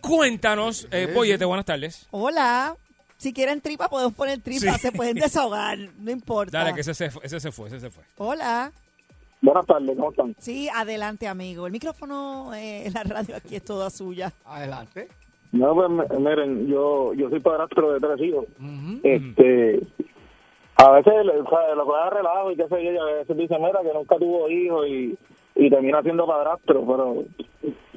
F: Cuéntanos, eh, Boyete, buenas tardes.
D: Hola. Si quieren tripa, podemos poner tripa.
F: Sí.
D: Se pueden desahogar, no importa.
F: Dale, que ese se, fu- ese se fue, ese se fue.
D: Hola.
G: Buenas tardes, ¿cómo están?
D: Sí, adelante, amigo. El micrófono eh, en la radio aquí es toda suya.
C: Adelante.
G: No, pues m- miren, yo, yo soy padrastro de tres hijos. Este, a veces le- o sea, lo que da relajo y qué sé yo, y a veces dicen, mira, que nunca tuvo hijos y, y termina siendo padrastro, pero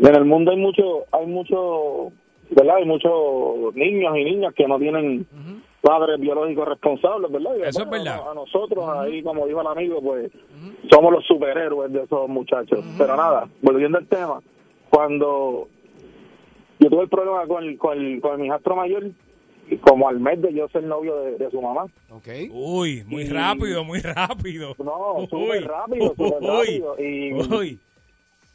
G: en el mundo hay mucho, hay mucho, ¿verdad? Hay muchos niños y niñas que no tienen padres biológicos responsables, ¿verdad? Y,
F: Eso es
G: bueno,
F: verdad.
G: A nosotros ahí, como dijo el amigo, pues somos los superhéroes de esos muchachos. Pero nada, volviendo al tema, cuando yo tuve el problema con, el- con, el- con mi hijastro mayor, y como al mes de yo ser novio de, de su mamá.
C: Ok.
F: Uy, muy
G: Y-
F: rápido, muy rápido.
G: No, súper rápido, súper rápido. Y,
F: uy.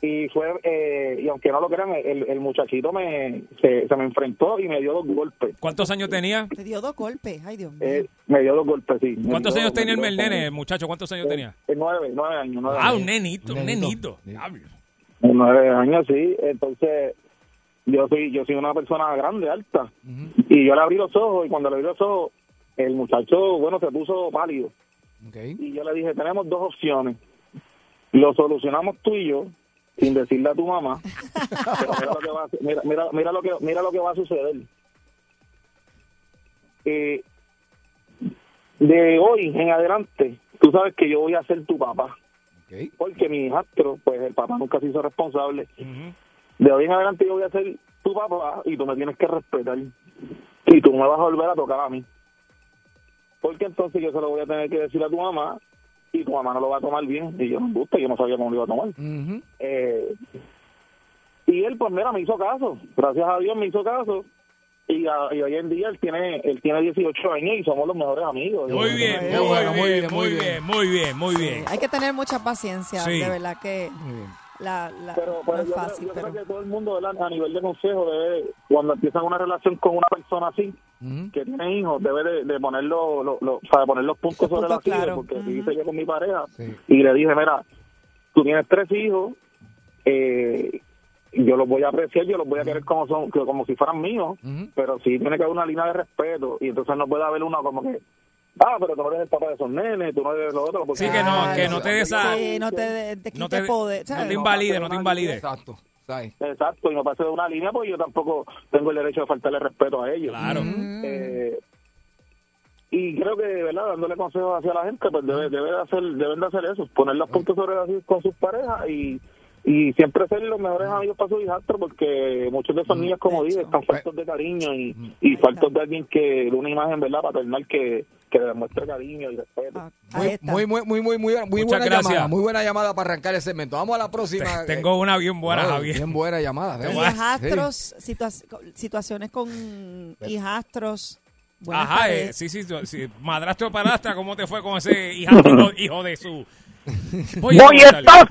G: y fue, eh, y aunque no lo crean, el, el muchachito me, se, se me enfrentó y me dio dos golpes.
F: ¿Cuántos años tenía?
D: Te dio dos golpes. Ay, Dios mío.
G: Eh, me dio dos golpes, sí. Me
F: ¿Cuántos
G: dio
F: años
G: dos
F: tenía el,
G: golpes.
F: el nene, el muchacho? ¿Cuántos años
G: Eh,
F: tenía?
G: eh, nueve, nueve años. Nueve
F: Ah,
G: años.
F: un nenito, un nenito.
C: Nenito.
F: Diablo.
G: De nueve años, sí. Entonces, yo soy yo soy una persona grande, alta. Y yo le abrí los ojos y cuando le abrí los ojos, el muchacho, bueno, se puso pálido.
C: Ok.
G: Y yo le dije, tenemos dos opciones.
H: Lo solucionamos tú y yo, sin decirle a tu mamá. Pero mira lo que va a, mira, mira- mira lo que, mira lo que va a suceder. Eh, de hoy en adelante, tú sabes que yo voy a ser tu papá. Porque mi hijastro, pues el papá nunca se hizo responsable. De hoy en adelante yo voy a ser tu papá y tú me tienes que respetar. Y tú no me vas a volver a tocar a mí. Porque entonces yo se lo voy a tener que decir a tu mamá y tu mamá no lo va a tomar bien. Y yo, gusta, yo no sabía cómo lo iba a tomar. Eh, y él, pues mira, me hizo caso. Gracias a Dios me hizo caso. Y, a- y hoy en día él tiene él tiene 18 años y somos los mejores amigos.
F: Muy bien, muy, bien, muy bien, muy bien, muy bien.
D: Hay que tener mucha paciencia,
F: Sí.
D: de verdad que la, la- no
H: pues,
D: es fácil. pero...
H: que todo el mundo ¿verdad? a nivel de consejo debe, cuando empiezan una relación con una persona así que tiene hijos debe de, de poner lo- lo- lo- o sea, de poner los puntos sobre las sillas porque así hice yo con mi pareja y le dije mira tú tienes tres hijos eh, yo los voy a apreciar yo los voy a querer como son que- como si fueran míos pero sí tiene que haber una línea de respeto y entonces no puede haber una como que ah pero tú no eres el papá de esos nenes tú no eres lo otro porque
F: Sí, que no, que no te des a-
D: Sí, no te, de- te
F: No
D: quite
F: te,
D: poder.
F: no
D: ¿sabes?
F: te invalides, no te invalides.
C: Exacto. ¿sabes?
H: Exacto, y no pasé de una línea porque yo tampoco tengo el derecho de faltarle respeto a ellos.
F: Claro.
H: Eh, y creo que, de ¿verdad? Dándole consejos hacia la gente, pues debe, debe de hacer, deben de hacer eso, poner
F: Mm.
H: los puntos sobre las i con sus parejas y, y siempre ser los mejores amigos para sus hijastros porque muchos de esos niños, como dije, están faltos de cariño
F: Mm.
H: y, y faltos de alguien que, de una imagen, ¿verdad? Paternal que, que les demuestre cariño y respeto.
C: Muy, muy, muy, muy, muy, muy, muy
F: Muchas
C: buena
F: gracias.
C: llamada. Muy buena llamada para arrancar el segmento. Vamos a la próxima.
F: Tengo una bien buena,
C: Wow,
F: Javier.
C: Bien buena llamada. ¿verdad?
D: Hijastros, situa- situaciones con hijastros. buenas
F: Ajá, eh,
D: parejas.
F: sí, sí, tú- sí. Madrastro parastra, ¿cómo te fue con ese hijastro, hijo de su? Voy preguntarle.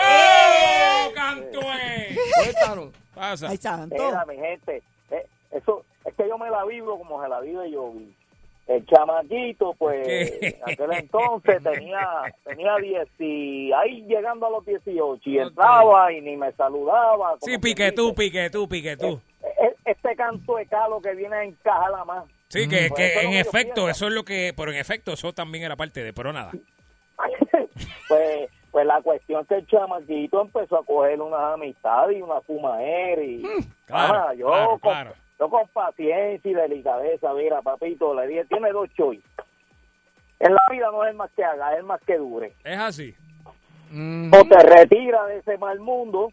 F: ¡Hello, Cantué!
C: Sí. Cuéntanos.
F: Pasa.
D: Ay, santo.
H: Mira, mi gente, eh, eso es que yo me la vivo como se la vive yo. El chamaquito, pues,
F: ¿Qué?
H: en aquel entonces tenía, tenía 10 y ahí llegando a los 18 y
F: Ok.
H: entraba y ni me saludaba. como
F: Sí,
H: quien
F: pique tú,
H: dice.
F: pique tú, pique tú.
H: E- e- Este canto de calo que viene a encajar más.
F: Sí,
C: Mm.
F: que,
H: Pues
F: que
H: eso es lo
F: en
H: que yo
F: efecto,
H: pienso.
F: eso es lo que, pero en efecto, eso también era parte de, pero nada.
H: pues, pues la cuestión es que el chamaquito empezó a coger unas amistades y una fumaera y
F: claro,
H: Ah, yo,
F: claro,
H: con,
F: claro.
H: yo con paciencia y delicadeza, mira, papito, le dije, tiene dos choices. En la vida no es el más que haga, es el más que dure.
F: Es así.
C: Mm,
H: O te retira de ese mal mundo,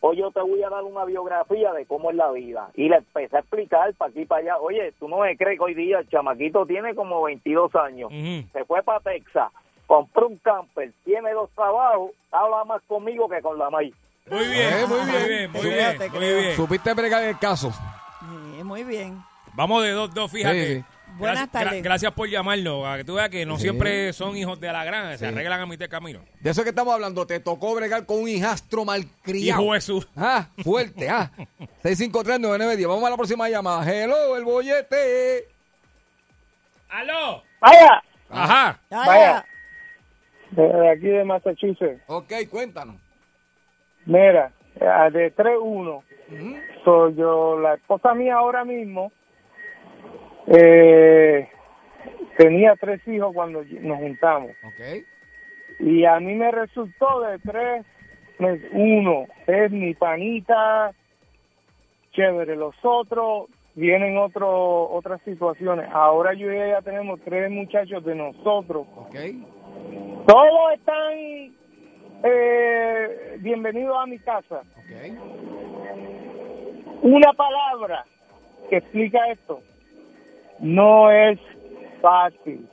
H: o yo te voy a dar una biografía de cómo es la vida. Y le empecé a explicar para aquí y para allá. Oye, tú no me crees que hoy día el chamaquito tiene como 22 años
F: Ujú.
H: se fue para Texas, compró un camper, tiene dos trabajos, habla más conmigo que con la maíz.
F: Muy bien,
C: Eh,
F: muy
C: muy
F: bien, muy bien,
C: bien.
F: muy
D: Fíjate,
F: bien.
D: creo.
C: Supiste bregar el caso.
D: Sí, Eh, muy bien.
F: Vamos de dos, dos, fíjate.
C: Sí.
D: Buenas
F: Gracias- gra-
D: tardes.
F: gracias por llamarnos. A que tú veas que no
C: Sí.
F: siempre son hijos de la grana, se
C: Sí.
F: arreglan a mitad de camino.
C: De eso que estamos hablando, te tocó bregar con un hijastro malcriado.
F: Hijo de su-
C: Ah, fuerte, ah. 653-9910. Vamos a la próxima llamada. Hello, el bollete.
F: ¡Aló!
G: Vaya,
F: Ajá.
D: Vaya.
G: Eh, de aquí de Massachusetts.
C: Ok, cuéntanos.
G: Mira, eh, de 3-1, soy yo, la esposa mía ahora mismo, eh, tenía tres hijos cuando nos juntamos.
C: Ok.
G: Y a mí me resultó de tres, no es uno, es mi panita, chévere. Los otros vienen otro, otras situaciones. Ahora yo y ella tenemos tres muchachos de nosotros.
C: Ok.
G: Todos están eh, bienvenidos a mi casa.
C: Ok.
G: Una palabra que explica esto. No es fácil.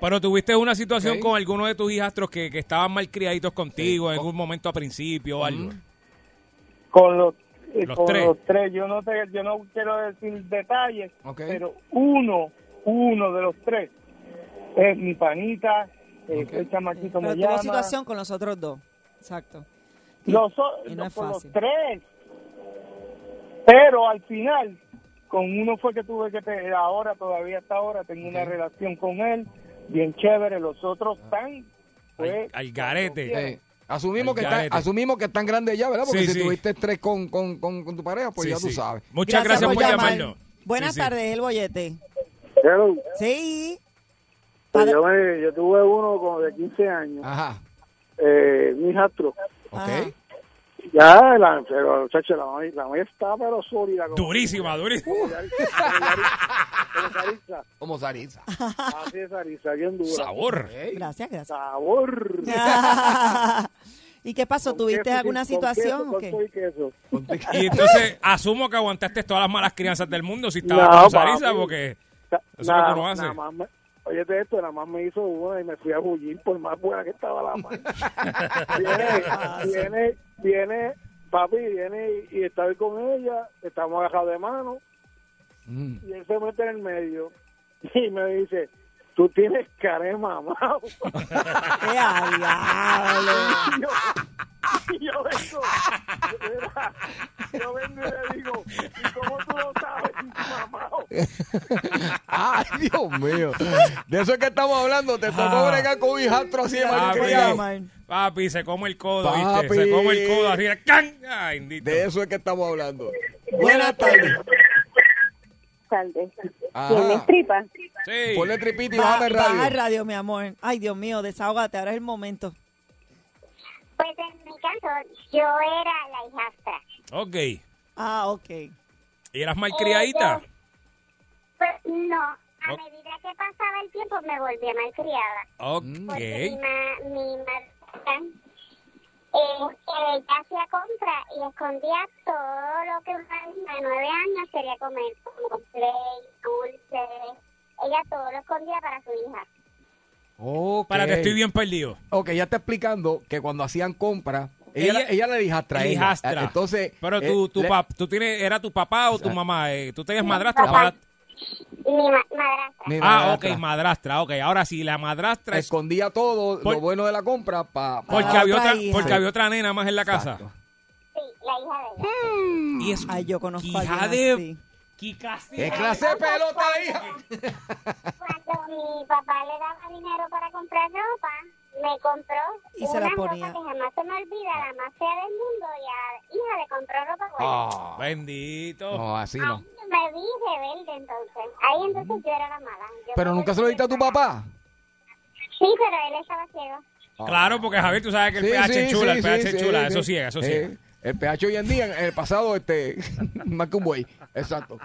F: Pero tuviste una situación
C: Ok.
F: con alguno de tus hijastros que, que estaban mal criaditos contigo en algún momento a principio o algo.
G: con los, eh,
F: Los
G: con
F: tres.
G: los tres. Yo no te, yo no quiero decir detalles,
C: Ok.
G: pero uno, uno de los tres es mi panita, eh,
C: Ok.
G: el chamaquito
D: Pero
G: me
D: tuvo
G: llama.
D: situación con los otros dos. Exacto.
G: Los, o-
D: Y no es
G: con los
D: fácil.
G: tres. Pero al final, con uno fue que tuve que tener, ahora todavía hasta ahora tengo una
C: Ok.
G: relación con él, bien chévere, los otros están Pues,
F: Al, al garete.
C: Eh, asumimos, que
F: Al
C: están,
F: garete.
C: asumimos que están grandes ya, ¿verdad? Porque
F: Sí,
C: si
F: sí.
C: tuviste tres con, con, con, con tu pareja, pues
F: Sí,
C: ya tú
F: sí.
C: sabes.
F: Muchas gracias, por
D: llamar.
F: llamarnos.
D: Buenas
F: Sí, sí.
D: tardes, el bollete. Sí.
G: Pues yo, me- yo tuve uno como de 15 años,
C: Ajá.
G: eh, mi hijastro.
C: Ok.
G: Ya, la, pero, chacho, la mami, la mami está pero sólida. Como,
F: Durísima, durísima.
G: como Yaritza, como Yaritza, como Yaritza.
C: Como Sarisa.
G: Así es, Yaritza, bien dura.
F: Sabor.
D: Gracias, gracias.
G: Sabor.
D: ¿Y qué pasó? ¿Tuviste
G: Queso,
D: alguna
G: sin- con
D: situación
G: queso,
D: o qué?
G: con todo y queso.
F: Y entonces asumo que aguantaste todas las malas crianzas del mundo si estabas
G: No,
F: con Sarisa,
G: papi.
F: porque
G: Na-
F: Eso es lo que uno
G: nada-
F: hace.
G: nada más me- Oye, de esto, nada más me hizo una y me fui a bullir por más buena que estaba la mano. viene, viene, viene, papi, viene y, y está ahí con ella, estamos agarrados de mano,
C: Mm.
G: y él se mete en el medio y me dice, tú tienes cara de mamado.
D: ¡Qué al diablo!
G: Y yo, y yo vengo, yo, mira, yo vengo y le digo, ¿y cómo tú lo sabes, mamado?
C: Ay, Dios mío. De eso es que estamos hablando. Te tocó
F: Ah.
C: bregar con un hijastro así de malcriado.
F: papi, papi, se come el codo,
C: Papi.
F: ¿viste? Se come el codo así. ¡can! Ay, bendito.
C: De eso es que estamos hablando. Buenas tardes.
I: Tarde.
C: Ajá.
I: ¿Tienes tripas?
F: Sí. Ah.
C: Ponle tripita y
D: Ba-
C: bájame el Ah. radio.
D: Baja el radio, mi amor. Ay, Dios mío, desahógate, ahora es el momento.
E: Pues en mi caso, yo era la hijastra.
F: Ok.
D: Ah, ok.
F: ¿Y eras malcriadita?
E: Pues no, a
F: Oh.
E: medida que pasaba el tiempo me volvía malcriada. Porque mi,
F: Ok.
E: ma, mi madre eh, ella hacía compra y escondía todo lo que una niña de nueve años quería comer, como play, dulces. Ella todo lo escondía para su hija.
C: Ok.
F: Para que estoy bien perdido.
C: Ok, ya está explicando que cuando hacían compras, ella,
F: Ella-
C: ella, la hijastra. ella.
F: Hijastra.
C: Entonces.
F: Pero
C: eh,
F: tú, tu
C: le-
F: pap- tú tienes, ¿era tu papá o tu
C: Ah.
F: mamá? Eh, ¿Tú tenías madrastra o
E: Papá.
F: madrastra?
E: Mi ma- madrastra.
C: mi
F: Ah,
C: madrastra
F: ok, madrastra. Ok, ahora sí, la madrastra es
C: Escondía todo
F: Por-
C: lo bueno de la compra para.
F: porque,
D: Ah,
F: había,
D: otra
F: otra,
D: hija.
F: porque había otra nena más en la casa.
E: Sí, la hija de ella.
C: Mm.
F: Y es
D: Ay, yo conozco a
F: hija
D: alguien
F: de...
D: así.
F: ¿Qué clase
C: ¡Qué clase de pelota, la hija!
E: Cuando mi papá le daba dinero para comprar ropa, me compró
D: Y se
E: una
D: la ponía.
E: ropa que jamás se me olvida, la más fea del mundo, y a la hija le compró ropa buena.
C: Ah,
F: Bendito.
C: no, así no.
E: Ahí
D: Ah,
E: me vi rebelde entonces. Ahí entonces yo era la mala. Yo
C: Pero
E: me
C: nunca se lo diste a tu papá.
E: Sí, pero él estaba ciego.
D: ah.
F: Claro, porque Javier, tú sabes que el
C: Sí,
F: pH
C: sí,
F: es chula,
C: sí,
F: el pH
C: sí,
F: es chula,
C: sí,
F: eso
C: sí.
F: ciega, eso
C: Eh,
F: ciega.
C: El pH hoy en día, en el pasado, este, más que un buey. Exacto.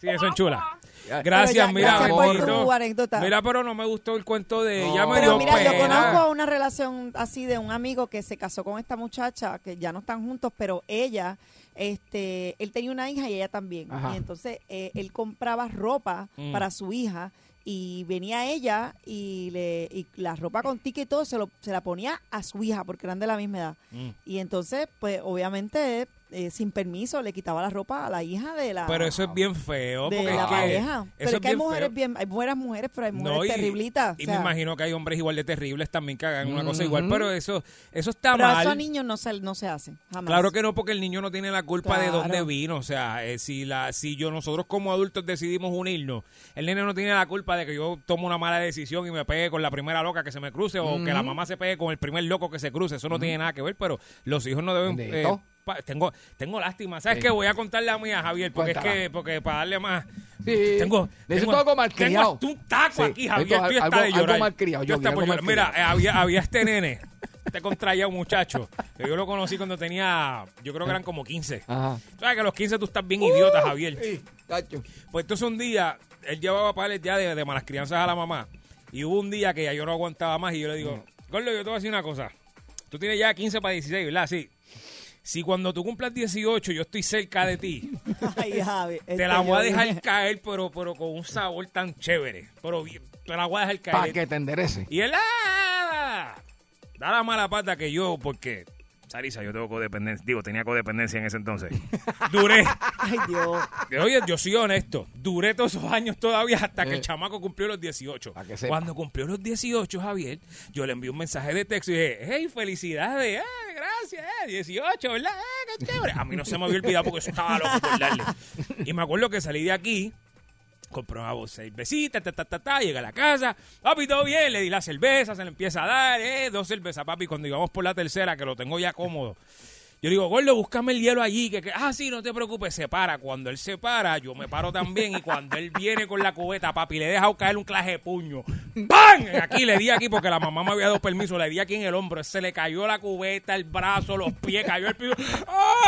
F: Sí, eso es chula.
C: Ya.
F: Gracias,
D: Pero ya,
F: mira,
C: gracias por
F: bendito.
D: tu anécdota.
F: Mira, pero no me gustó el cuento de
C: No.
F: ella. me
D: Pero
F: dio
D: mira, yo
F: pena.
D: conozco una relación así de un amigo que se casó con esta muchacha, que ya no están juntos, pero ella, este, él tenía una hija y ella también.
C: Ajá.
D: Y entonces eh, él compraba ropa
F: Mm.
D: para su hija y venía ella y le y la ropa con tique y todo se, lo, se la ponía a su hija porque eran de la misma edad.
F: Mm.
D: Y entonces, pues obviamente, eh, sin permiso, le quitaba la ropa a la hija de la...
F: Pero eso es bien feo.
D: de
F: porque
D: la
F: es que-
D: pareja.
F: eso
D: Pero es que hay
F: bien
D: mujeres
F: feo.
D: bien, hay buenas mujeres, pero hay mujeres
F: No, y-
D: terriblitas.
F: Y
D: o sea.
F: me imagino que hay hombres igual de terribles también que hagan una cosa
C: Ujú.
F: igual, pero eso eso está
D: Pero
F: mal.
D: eso a niños no se, no se hace, jamás.
F: Claro que no, porque el niño no tiene la culpa de
D: Claro.
F: dónde vino. O sea, eh, si la, si yo nosotros como adultos decidimos unirnos, el nene no tiene la culpa de que yo tomo una mala decisión y me pegue con la primera loca que se me cruce o que la mamá se pegue con el primer loco que se cruce. Eso no tiene nada que ver, pero los hijos no deben. eh,
C: Bendito.
F: pa- tengo, tengo lástima. ¿Sabes
C: Sí.
F: qué? Voy a contar la mía, Javier, porque es
C: Cuéntala.
F: que, porque para darle más.
C: Sí.
F: Tengo,
C: Necesito
F: tengo-
C: algo malcriado.
F: tengo hasta un taco
C: Sí,
F: aquí, Javier.
C: necesito
F: Tú ya
C: algo-
F: estás de
C: algo
F: llorar.
C: malcriado,
F: Tú
C: Yogi,
F: estás por
C: algo
F: llorar. Mira,
C: malcriado.
F: eh, había, había este nene, este contraía un muchacho, que yo lo conocí cuando tenía, yo creo que eran como 15.
C: Ajá.
F: Tú sabes que a los 15 tú estás bien idiota, Javier.
C: Uh, Sí, tacho.
F: Pues entonces un día, él llevaba pares ya de, de malas crianzas a la mamá. Y hubo un día que ya yo no aguantaba más y yo le digo,
C: Mm.
F: Gordo, yo te voy a decir una cosa. Tú tienes ya 15 para 16, ¿verdad? Sí. Si cuando tú cumplas 18 yo estoy cerca de ti,
D: Ay, Javi,
F: te
D: este
F: la voy a
D: yo-
F: dejar caer, pero, pero con un sabor tan chévere. Pero bien, te la voy a dejar
C: Para
F: caer.
C: que te enderece.
F: Y él ¡ah! da la mala pata que yo, porque Sarisa, yo tengo codependencia, digo, tenía codependencia en ese entonces. Duré,
D: Ay, Dios.
F: que, oye, yo soy honesto, duré todos esos años todavía hasta que el chamaco cumplió los 18.
C: Eh. Pa' que sepa.
F: Cuando cumplió los 18, Javier, yo le envié un mensaje de texto y dije, hey, felicidades, ah, gracias, eh, 18, ¿verdad? Ah, qué chévere. A mí no se me había olvidado porque eso estaba loco por darle. Y me acuerdo que salí de aquí compraba seis besitas, ta, ta, ta, ta, llega a la casa, papi, todo bien, le di la cerveza, se le empieza a dar, eh, dos cervezas, papi, cuando íbamos por la tercera, que lo tengo ya cómodo, Yo le digo, gordo, búscame el hielo allí. Que, que- ah, sí, no te preocupes, se para. Cuando él se para, yo me paro también. Y cuando él viene con la cubeta, papi, le he dejado caer un claje de puño. ¡Bam! Aquí le di aquí porque la mamá me había dado permiso. Le di aquí en el hombro. Se le cayó la cubeta, el brazo, los pies, cayó el piso.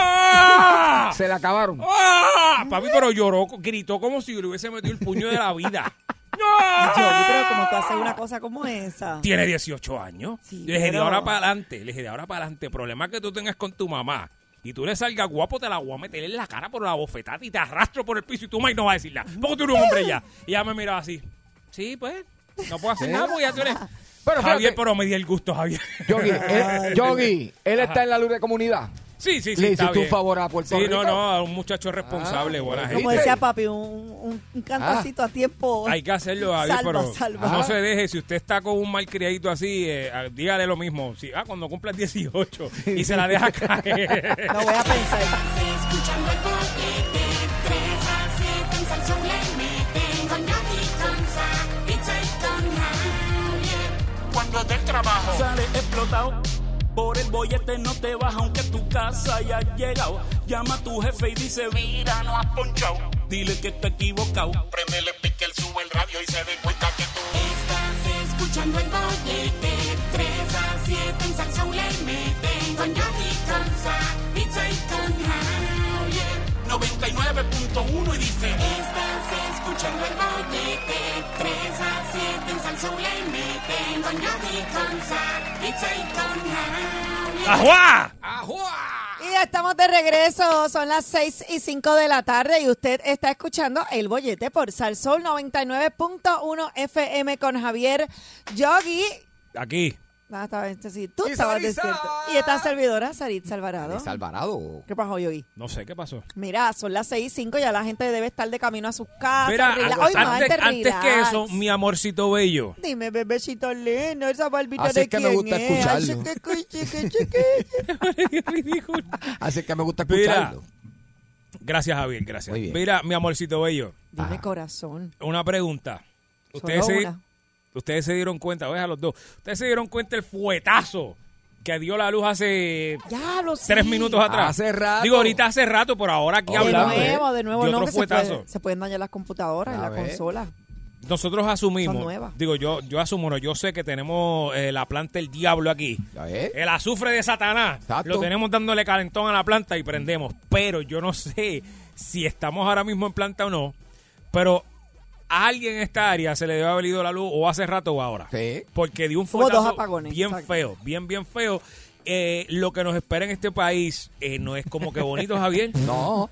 F: ¡Ah!
C: Se la acabaron.
F: ¡Ah! Papi, pero lloró, gritó como si le hubiese metido el puño de la vida.
D: Yogi, pero ¿cómo tú haces una cosa como esa?
F: Tiene 18 años.
D: Sí,
F: le dije, de
D: pero-
F: ahora para adelante. Le dije, de ahora para adelante. Problema que tú tengas con tu mamá. Y tú le salgas guapo, te la voy a meter en la cara por la bofetada y te arrastro por el piso y tú, Mike, no vas a decir nada. Porque tú eres un hombre ya. Y ella me miraba así. Sí, pues. No puedo hacer
C: ¿Sí?
F: nada porque ya tú eres.
C: ¿Eh? Pero
F: Javier,
C: fíjate.
F: pero me di el gusto, Javier.
C: Yogi, él, Eh, Yogi, él está en la luz de comunidad.
F: Sí, sí, sí.
C: Le
F: está
C: hiciste un
F: bien.
C: favor a Puerto
F: Sí, no,
C: Rico.
F: no, a un muchacho responsable, buena
C: Ah, bueno.
F: gente.
D: Como decía papi, un, un, un cantacito a tiempo.
F: Ah. Hay que hacerlo, Javier,
D: Salva,
F: pero
D: salva.
F: no
C: Ah.
F: se deje. Si usted está con un malcriadito así, eh, ah, dígale lo mismo. Si, ah, cuando cumpla 18 y se la deja caer.
D: No voy a pensar.
B: Escuchando el bollete, 3 a 7 en Salsón le meten con Yogi, con Sa, pizza y con Javier.
K: Cuando del trabajo.
A: Sale explotado. Por el bollete no te baja aunque tu casa haya llegado. Llama a tu jefe y dice,
K: Mira, no has ponchado.
A: dile que está equivocado.
K: Prendele pique, él sube el radio y se dé cuenta que tú.
B: Estás escuchando el bollete, 3 a 7 en Salsón le meten con Yogi, con Sa, pizza y con Javier.
K: 99.1 y dice.
B: Estás escuchando el bollete, 3 a 7 en Salsón le meten con Yogi, con Sa, pizza y con Javier.
F: ¡Ajua!
D: Y ya estamos de regreso, son las 6 y 5 de la tarde y usted está escuchando El Bollete por Salsol 99.1 FM con Javier Yogi.
F: Aquí.
D: Ah, estaba- este sí, tú
C: Y
D: estabas
C: Saritza.
D: despierto. Y esta servidora, Saritza Alvarado.
C: Es Alvarado.
D: ¿Qué pasó, Yogi?
F: No sé qué pasó.
D: Mira, son las 6 y 5, ya la gente debe estar de camino a sus casas.
F: Mira,
D: Ah, rela-
F: antes,
D: Ay, Marte,
F: antes que
D: relax.
F: eso, mi amorcito bello.
D: Dime, bebecito lindo, esa barbita
C: Así
D: de
C: es que me
D: quién
C: gusta
D: es. Así
C: escucharlo.
D: que, que- que- que- que-
F: Ridículo.
C: Así que me gusta
F: Mira.
C: escucharlo.
F: gracias, Javier, gracias.
C: Muy bien.
F: Mira, mi amorcito bello,
D: Dime,
C: Ah.
D: corazón.
F: una pregunta. Ustedes
D: Solo
F: se,
D: una.
F: ustedes se dieron cuenta, oye, a los dos. Ustedes se dieron cuenta el fuetazo que dio la luz hace
D: Ya lo sé.
F: tres minutos atrás.
C: Ah, Hace rato.
F: Digo, ahorita hace rato, por ahora aquí
C: De
D: De
F: hablamos.
D: nuevo, de nuevo,
F: De
D: no,
F: otro
D: que se,
F: fuetazo.
D: puede- se pueden dañar las computadoras,
C: A
D: la
C: ver.
D: consola.
F: Nosotros
D: Son
F: asumimos,
D: nuevas.
F: digo yo, yo asumo, no, yo sé que tenemos eh, la planta del diablo aquí.
C: Ya ves.
F: El azufre de Satanás.
C: Exacto.
F: Lo tenemos dándole calentón a la planta y prendemos. Pero yo no sé si estamos ahora mismo en planta o no. Pero a alguien en esta área se le debe haber ido la luz o hace rato o ahora.
C: Sí.
F: Porque dio un
D: Hubo dos
F: fuetazo
D: apagones,
F: bien
D: exacto.
F: feo, bien, bien feo. Eh, lo que nos espera en este país eh, no es como que bonito, Javier.
C: No.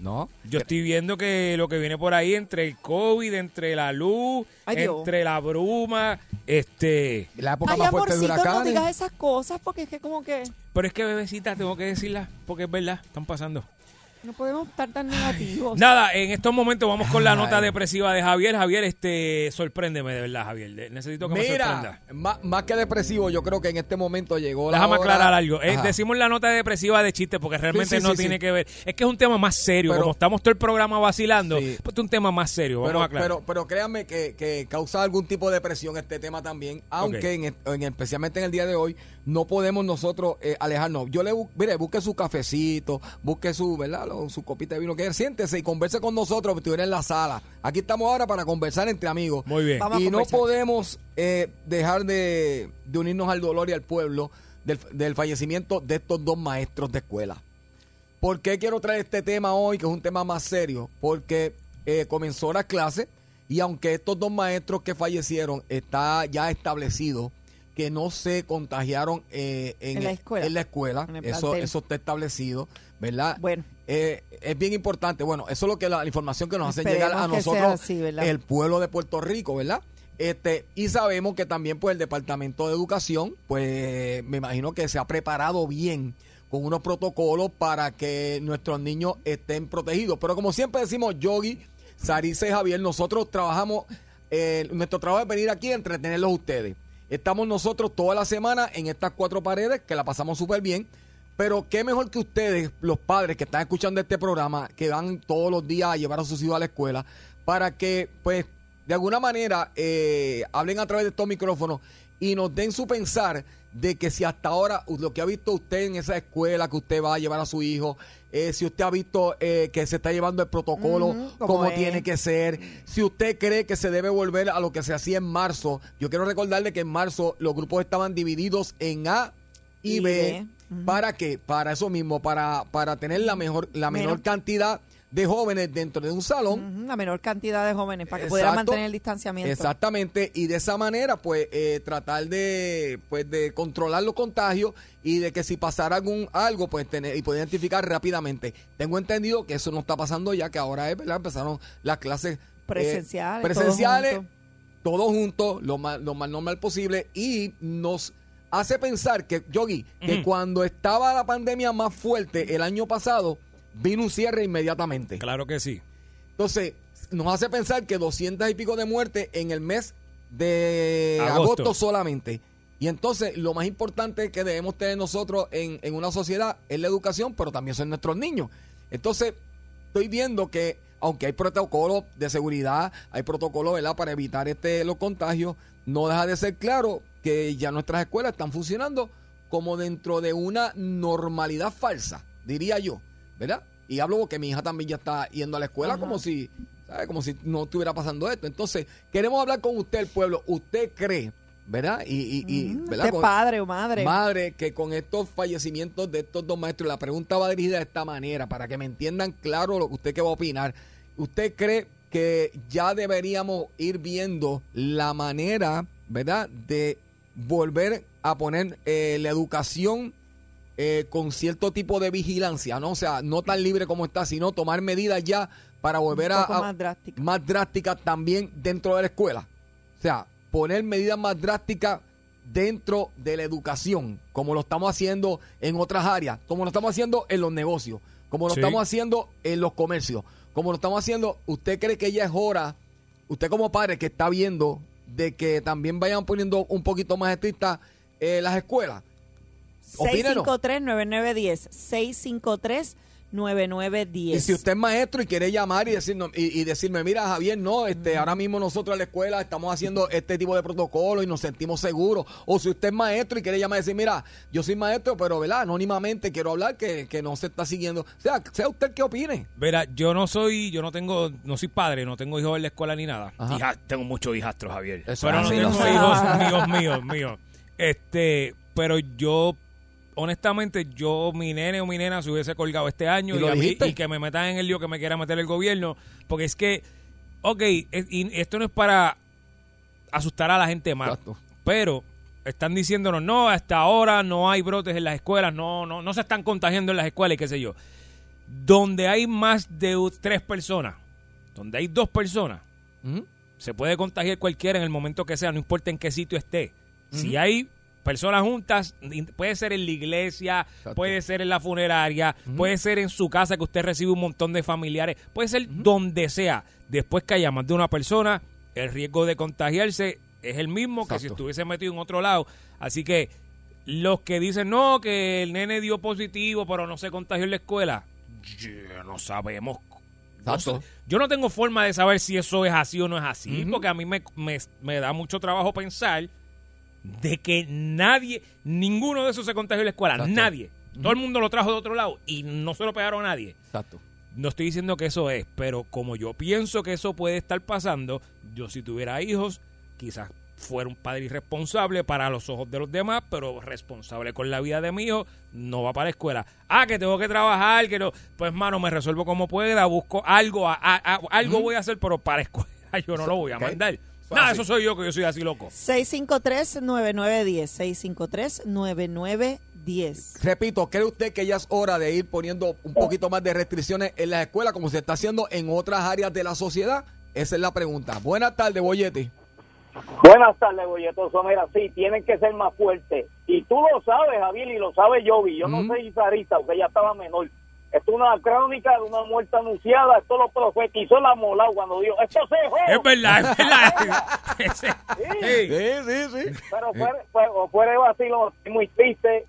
C: No.
F: Yo estoy viendo que lo que viene por ahí entre el COVID, entre la luz,
D: Ay, Dios.
F: entre la bruma, este...
C: La época
D: Ay,
C: más fuerte de
D: amorcito, no
C: huracanes.
D: digas esas cosas porque es que como que
F: Pero es que, bebecita, tengo que decirla, porque es verdad, están pasando.
D: no podemos estar tan negativos.
F: Nada, en estos momentos vamos con la nota
C: Ay.
F: depresiva de Javier. Javier, este, sorpréndeme de verdad, Javier. De- Necesito que me sorprenda.
C: Mira, má- más, que depresivo, yo creo que en este momento llegó la
F: Déjame
C: hora-
F: aclarar algo. Eh,
C: Ajá.
F: decimos la nota depresiva de chiste porque realmente
C: sí,
F: no
C: sí,
F: tiene
C: sí.
F: que ver. Es que es un tema más serio.
C: Pero-
F: Como estamos todo el programa vacilando,
C: Sí.
F: pues es un tema más serio. Vamos a
C: pero,
F: aclarar.
C: pero, pero créanme que, que causa algún tipo de depresión este tema también, aunque
F: Ok.
C: en, el- en- especialmente en el día de hoy no podemos nosotros eh, alejarnos. Yo le bu- mire, busque su cafecito, busque su, ¿verdad? Lo- su copita de vino, que siéntese y converse con nosotros, porque estuviera en la sala. Aquí estamos ahora para conversar entre amigos.
F: Muy bien.
D: Vamos a
C: y no
D: conversar.
C: podemos eh, dejar de, de unirnos al dolor y al pueblo del, del fallecimiento de estos dos maestros de escuela. ¿Por qué quiero traer este tema hoy, que es un tema más serio? Porque eh, comenzó la clase y aunque estos dos maestros que fallecieron está ya establecido que no se contagiaron eh, en,
D: En la escuela.
C: en la escuela,
D: En el
C: eso,
D: plantel.
C: eso está establecido, ¿verdad?
D: Bueno.
C: Eh, es bien importante. Bueno, eso es lo que la, la información que nos hace
D: Esperemos
C: llegar a
D: que sea
C: nosotros,
D: así, ¿verdad?
C: el pueblo de Puerto Rico, ¿verdad? Este, y sabemos que también pues el Departamento de Educación, pues me imagino que se ha preparado bien con unos protocolos para que nuestros niños estén protegidos. Pero como siempre decimos, Yogi, Sarisa y Javier, nosotros trabajamos, eh, nuestro trabajo es venir aquí a entretenerlos a ustedes. Estamos nosotros toda la semana en estas cuatro paredes, que la pasamos súper bien. Pero qué mejor que ustedes, los padres que están escuchando este programa, que van todos los días a llevar a sus hijos a la escuela, para que pues de alguna manera eh, hablen a través de estos micrófonos y nos den su pensar de que si hasta ahora u- lo que ha visto usted en esa escuela que usted va a llevar a su hijo, eh, si usted ha visto eh, que se está llevando el protocolo
D: Ujú, como
C: como
D: es.
C: tiene que ser, si usted cree que se debe volver a lo que se hacía en marzo, yo quiero recordarle que en marzo los grupos estaban divididos en A y,
D: Y
C: B.
D: B.
C: ¿Para qué? Para eso mismo, para, para tener la mejor, la menor
D: Menos.
C: cantidad de jóvenes dentro de un salón.
D: Ujú, La menor cantidad de jóvenes para que
C: Exacto.
D: pudieran mantener el distanciamiento.
C: Exactamente, y de esa manera, pues, eh, tratar de, pues, de controlar los contagios y de que si pasara algún algo, pues, tener y poder identificar rápidamente. Tengo entendido que eso no está pasando ya, que ahora es, ¿verdad? Empezaron las clases eh,
D: Presenciales, todo
C: presenciales,
D: junto.
C: todos juntos, lo más, lo más normal posible, y nos hace pensar que, Yogi, que cuando estaba la pandemia más fuerte el año pasado, vino un cierre inmediatamente.
F: Claro que sí.
C: Entonces, nos hace pensar que 200 y pico de muertes en el mes de agosto,
F: Agosto.
C: solamente. Y entonces, lo más importante que debemos tener nosotros en, en una sociedad es la educación, pero también son nuestros niños. Entonces, estoy viendo que, aunque hay protocolos de seguridad, hay protocolos ¿verdad? para evitar este, los contagios, no deja de ser claro que ya nuestras escuelas están funcionando como dentro de una normalidad falsa, diría yo, ¿verdad? Y hablo porque mi hija también ya está yendo a la escuela como si, ¿sabe? Como si no estuviera pasando esto. Entonces, queremos hablar con usted, el pueblo. ¿Usted cree, verdad? Y, y, y ¿verdad?
D: Usted
C: Con-
D: padre o madre.
C: Madre, que con estos fallecimientos de estos dos maestros, la pregunta va dirigida de esta manera, para que me entiendan claro lo que usted que va a opinar. ¿Usted cree que ya deberíamos ir viendo la manera, ¿verdad?, de volver a poner eh, la educación eh, con cierto tipo de vigilancia, ¿no? O sea, no tan libre como está, sino tomar medidas ya para volver a-
D: poco
C: a...
D: más drástica.
C: Más drásticas también dentro de la escuela. O sea, poner medidas más drásticas dentro de la educación, como lo estamos haciendo en otras áreas, como lo estamos haciendo en los negocios, como lo
F: Sí.
C: estamos haciendo en los comercios, como lo estamos haciendo, ¿usted cree que ya es hora, usted como padre que está viendo, de que también vayan poniendo un poquito más estrictas eh, las escuelas? Opínenos.
D: 653-9910. 653-9910.
C: Y si usted es maestro y quiere llamar y decirnos y, y decirme, mira Javier, no, este, ahora mismo nosotros en la escuela estamos haciendo este tipo de protocolo y nos sentimos seguros. O si usted es maestro y quiere llamar y decir, mira, yo soy maestro, pero ¿verdad? anónimamente quiero hablar que, que no se está siguiendo. O sea, sea usted que opine.
F: Verá, yo no soy, yo no tengo, no soy padre, no tengo hijos en la escuela ni nada.
C: Ajá.
F: Hija- tengo muchos hijastros, Javier.
C: Eso
F: pero
C: es
F: no
C: así,
F: tengo
C: lo sé.
F: hijos míos, míos, míos. Este, pero yo, honestamente, yo, mi nene o mi nena se hubiese colgado este año
C: ¿Y
F: y,
C: lo
F: a mí-
C: dijiste?
F: y que me metan en el lío que me quiera meter el gobierno. Porque es que, ok, es- y esto no es para asustar a la gente más.
C: Exacto.
F: Pero están diciéndonos, no, hasta ahora no hay brotes en las escuelas, no, no, no se están contagiando en las escuelas y qué sé yo. Donde hay más de u- tres personas, donde hay dos personas,
C: Ujú.
F: se puede contagiar cualquiera en el momento que sea, no importa en qué sitio esté. Si hay personas juntas, in- puede ser en la iglesia, puede ser en la funeraria, puede ser en su casa que usted recibe un montón de familiares, puede ser donde sea. Después que haya más de una persona, el riesgo de contagiarse es el mismo que si
C: Exacto.
F: estuviese metido en otro lado. Así que los que dicen, no, que el nene dio positivo, pero no se contagió en la escuela, ya no sabemos. No
C: Exacto.
F: sé. Yo no tengo forma de saber si eso es así o no es así, porque a mí me, me- me da mucho trabajo pensar de que nadie, ninguno de esos se contagió en la escuela,
C: Exacto.
F: nadie. Todo el mundo lo trajo de otro lado y no se lo pegaron a nadie.
C: Exacto.
F: No estoy diciendo que eso es, pero como yo pienso que eso puede estar pasando, yo si tuviera hijos, quizás fuera un padre irresponsable para los ojos de los demás, pero responsable con la vida de mi hijo, no va para la escuela. Ah, que tengo que trabajar, que no. Pues, mano, me resuelvo como pueda, busco algo, a- a- a- algo voy a hacer, pero para la escuela yo no lo voy a
C: ok.
F: mandar.
C: Eso
F: Nada,
C: así.
F: eso soy yo, que yo soy así loco.
D: 653-9910. 653-9910.
C: Repito, ¿cree usted que ya es hora de ir poniendo un poquito más de restricciones en las escuelas como se está haciendo en otras áreas de la sociedad? Esa es la pregunta. Buenas tardes, Boyete.
G: Buenas tardes, Bolletoso. Mira, sí, tienen que ser más fuertes. Y tú lo sabes, Javier, y lo sabe Yogi. Yo
C: Mm.
G: no soy zarista, porque ya estaba menor. Esto es una crónica de una muerte anunciada. Esto lo profetizó la Molau cuando dijo, esto se
A: Eh.
G: joda.
F: Es verdad, es verdad. Ese-
G: Sí.
F: Ey.
C: Sí, sí, sí.
G: Pero fue, fue, fue de vacilo, estoy muy triste.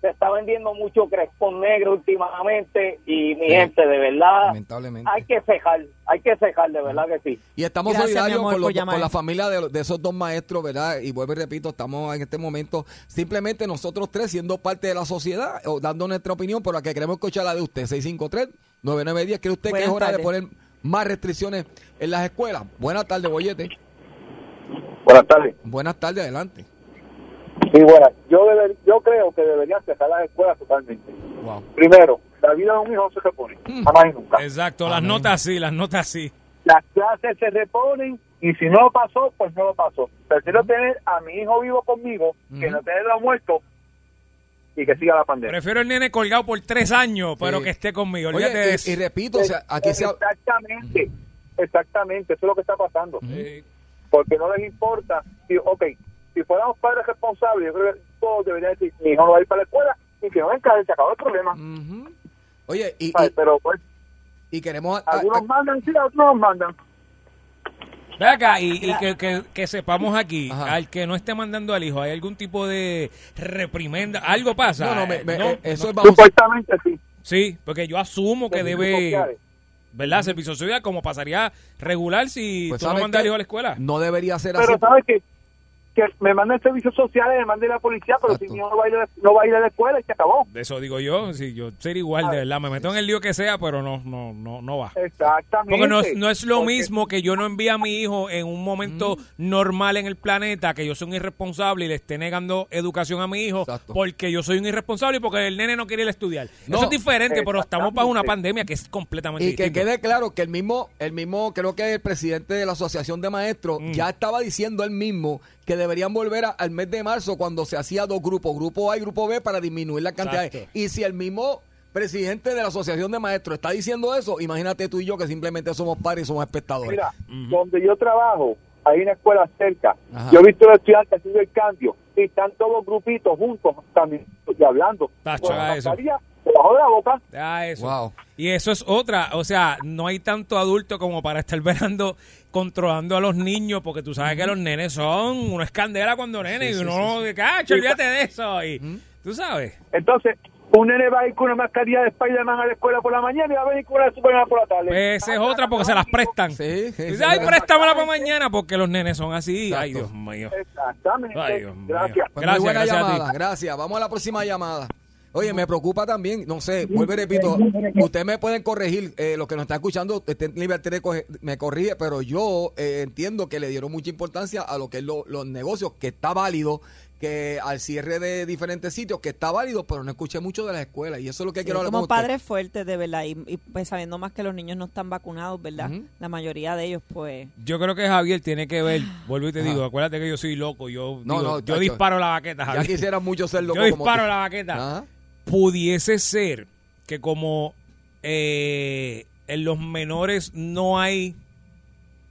H: se está vendiendo mucho crespón negro últimamente y mi
C: Sí.
H: gente, de verdad,
C: Lamentablemente.
H: hay que cejar, hay que cejar, de verdad que sí.
C: Y estamos
D: Gracias,
C: solidarios
D: mi amor,
C: con, los-
D: por llamar.
C: con la familia de, de esos dos maestros, ¿verdad? Y vuelvo y repito, estamos en este momento simplemente nosotros tres siendo parte de la sociedad, o dando nuestra opinión, pero la que queremos escuchar la de usted, 653-9910. ¿Cree usted
D: Buenas
C: que es hora de
D: tardes.
C: poner más restricciones en las escuelas? Buenas tardes, Boyete.
G: Buenas tardes.
C: Buenas tardes, adelante.
G: Sí, buenas. Yo, deber- yo creo que deberían cerrar las escuelas totalmente.
C: Wow.
G: Primero, la vida de un hijo se repone, jamás y nunca.
F: Exacto, las
C: Amén.
F: notas sí, las notas sí.
G: Las clases se reponen y si no lo pasó, pues no lo pasó. Prefiero tener a mi hijo vivo conmigo que no tenerlo muerto y que siga la pandemia.
F: Prefiero el nene colgado por tres años, pero
C: Sí.
F: que esté conmigo.
C: Oye,
F: Olvídate de
C: y, y
F: eso.
C: repito, o sea, aquí se ha-
G: Exactamente, exactamente, eso es lo que está pasando.
C: Mm.
F: Eh,
G: porque no les importa. Si, ok, si fuéramos padres responsables, yo creo que todos deberían decir, mi hijo no va a ir para la escuela y que no venga, se acabó el problema.
C: Ujú. Oye, y,
G: ¿sabes? Pero pues,
C: y- y queremos... a- a-
G: algunos mandan, sí, otros no mandan.
F: Ve acá, y, y que, que- que sepamos aquí,
C: Ajá.
F: al que no esté mandando al hijo, ¿hay algún tipo de reprimenda? ¿Algo pasa?
C: no, no, me- me-
F: ¿No?
C: eh, eso es vamos...
G: Supuestamente sí.
F: Sí, porque yo asumo que
G: Servicios
F: debe,
G: sociales.
F: ¿verdad? Servicio social, como pasaría regular si
C: pues,
F: tú no
C: ¿sabes
F: mandas al
C: qué?
F: hijo a la escuela.
C: No debería ser así.
G: Pero sabes que, que me mandan servicios sociales, me mandan la policía, pero si
C: Exacto.
G: mi hijo no va, a ir, a la- no va a ir a la escuela y se acabó.
F: De eso digo yo, si yo sería igual, de
G: Ah,
F: verdad, me meto en el lío que sea, pero no, no, no, no va.
G: Exactamente.
F: Porque no, es- no es lo
G: Porque-
F: mismo que yo no envíe a mi hijo en un momento
C: Mm.
F: normal en el planeta, que yo soy un irresponsable y le esté negando educación a mi hijo
C: Exacto.
F: porque yo soy un irresponsable y porque el nene no quiere ir a estudiar.
C: No.
F: Eso es diferente, pero estamos para una
G: Exactamente.
F: pandemia que es completamente
C: Y que
F: distinta.
C: quede claro que el mismo, el mismo, creo que el presidente de la Asociación de Maestros
F: Mm.
C: ya estaba diciendo él mismo que deberían volver a- al mes de marzo cuando se hacía dos grupos, grupo A y grupo B, para disminuir la cantidad. de-
F: Exacto.
C: Y si el mismo presidente de la Asociación de Maestros está diciendo eso, imagínate tú y yo que simplemente somos padres y somos espectadores.
G: Mira, donde yo trabajo, hay una escuela cerca.
C: Ajá.
G: Yo he visto a los estudiantes haciendo el cambio y están todos grupitos juntos también y hablando.
C: Ah,
F: Tacho,
G: Con la
F: haga eso.
G: mascarilla debajo de la boca.
F: Ah, eso.
C: Wow.
F: Y eso es otra, o sea, no hay tanto adulto como para estar velando, controlando a los niños, porque tú sabes que los nenes son, uno es candela cuando nene, y uno, cacho, olvídate de eso, y tú sabes.
G: Entonces, un nene va a ir con una mascarilla de Spider-Man a la escuela por la mañana y va a venir con una de Superman por la tarde.
F: Pues esa es otra porque se las prestan.
C: Sí, sí,
F: Dice,
C: sí.
F: ay, préstamela para mañana porque los nenes son así. Ay, Dios
C: Exacto.
F: mío.
G: Exactamente.
F: Ay, Dios mío.
G: Gracias.
C: Pues
F: Gracias,
C: muy buena
F: gracias a ti.
C: llamada, gracias. Vamos a la próxima llamada. Oye, me preocupa también, no sé, vuelvo y repito, ustedes me pueden corregir, eh, los que nos están escuchando, esté en libertad de corre- me corrige, pero yo eh, entiendo que le dieron mucha importancia a lo que es lo- los negocios, que está válido, que al cierre de diferentes sitios, que está válido, pero no escuché mucho de las escuelas y eso es lo que
D: Sí,
C: quiero hablar
D: como
C: con usted.
D: padres fuertes, de verdad, y, y, pues, sabiendo más que los niños no están vacunados, ¿verdad?
C: Ujú.
D: La mayoría de ellos, pues...
F: Yo creo que Javier tiene que ver, vuelvo y te
C: Ajá.
F: digo, acuérdate que yo soy loco, yo,
C: No,
F: digo,
C: no,
F: yo
C: tacho.
F: disparo la baqueta,
C: Ya
F: Javier.
C: quisiera mucho ser loco
F: yo
C: como
F: disparo
C: tú.
F: la baqueta.
C: Ajá.
F: pudiese ser que como eh, en los menores no hay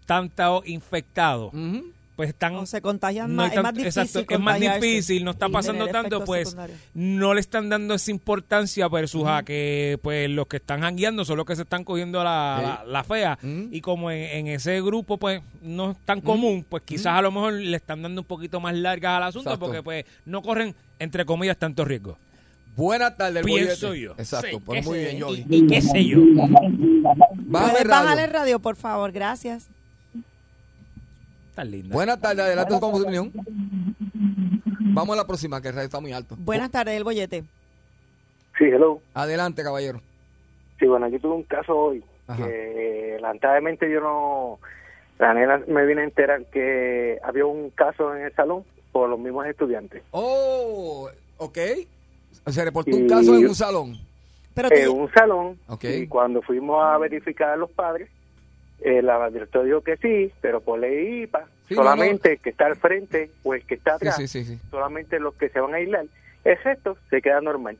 F: tanta infectados,
C: Ujú.
F: pues están...
D: O se contagian
F: no
D: más,
F: hay
D: es
F: tan-
D: más difícil
F: exacto, es más
D: contagiarse
F: difícil, no está
D: y
F: pasando
D: tener
F: tanto,
D: efectos
F: pues
D: secundarios.
F: no le están dando esa importancia versus a que pues los que están jangueando son los que se están cogiendo la,
C: Sí.
F: la- la fea
C: Mm.
F: y como en, en ese grupo pues no es tan común, pues quizás a lo mejor le están dando un poquito más largas al asunto
C: Exacto.
F: porque pues no corren entre comillas tanto riesgo.
C: Buenas tardes, el
F: Pienso
C: bollete.
F: yo.
C: Exacto,
F: Sí,
C: pues
F: ese-
C: muy bien, Yogi.
F: ¿Y qué sé yo?
C: Bájame
D: Puedes
C: radio.
D: bajar el radio, por favor, gracias.
F: Estás linda.
C: Buenas tardes, adelante con su opinión. Vamos a la próxima, que el radio está muy alto.
D: Buenas tardes, el bollete.
G: Sí, hello.
C: Adelante, caballero.
G: Sí, bueno, yo tuve un caso hoy
C: Ajá.
G: que Eh, lamentablemente yo no... La nena me vine a enterar que había un caso en el salón por los mismos estudiantes.
C: Oh, ok. Se reportó
G: Y-
C: un caso en un salón.
D: Pero
G: en
D: tú-
G: Eh, un salón
C: Ok.
G: y cuando fuimos a verificar a los padres, eh, la directora dijo que sí, pero por ley IPA,
C: Sí,
G: solamente el que está al frente o el que está
C: Sí,
G: atrás,
C: sí, sí, sí.
G: solamente los que se van a aislar, el resto se queda normal.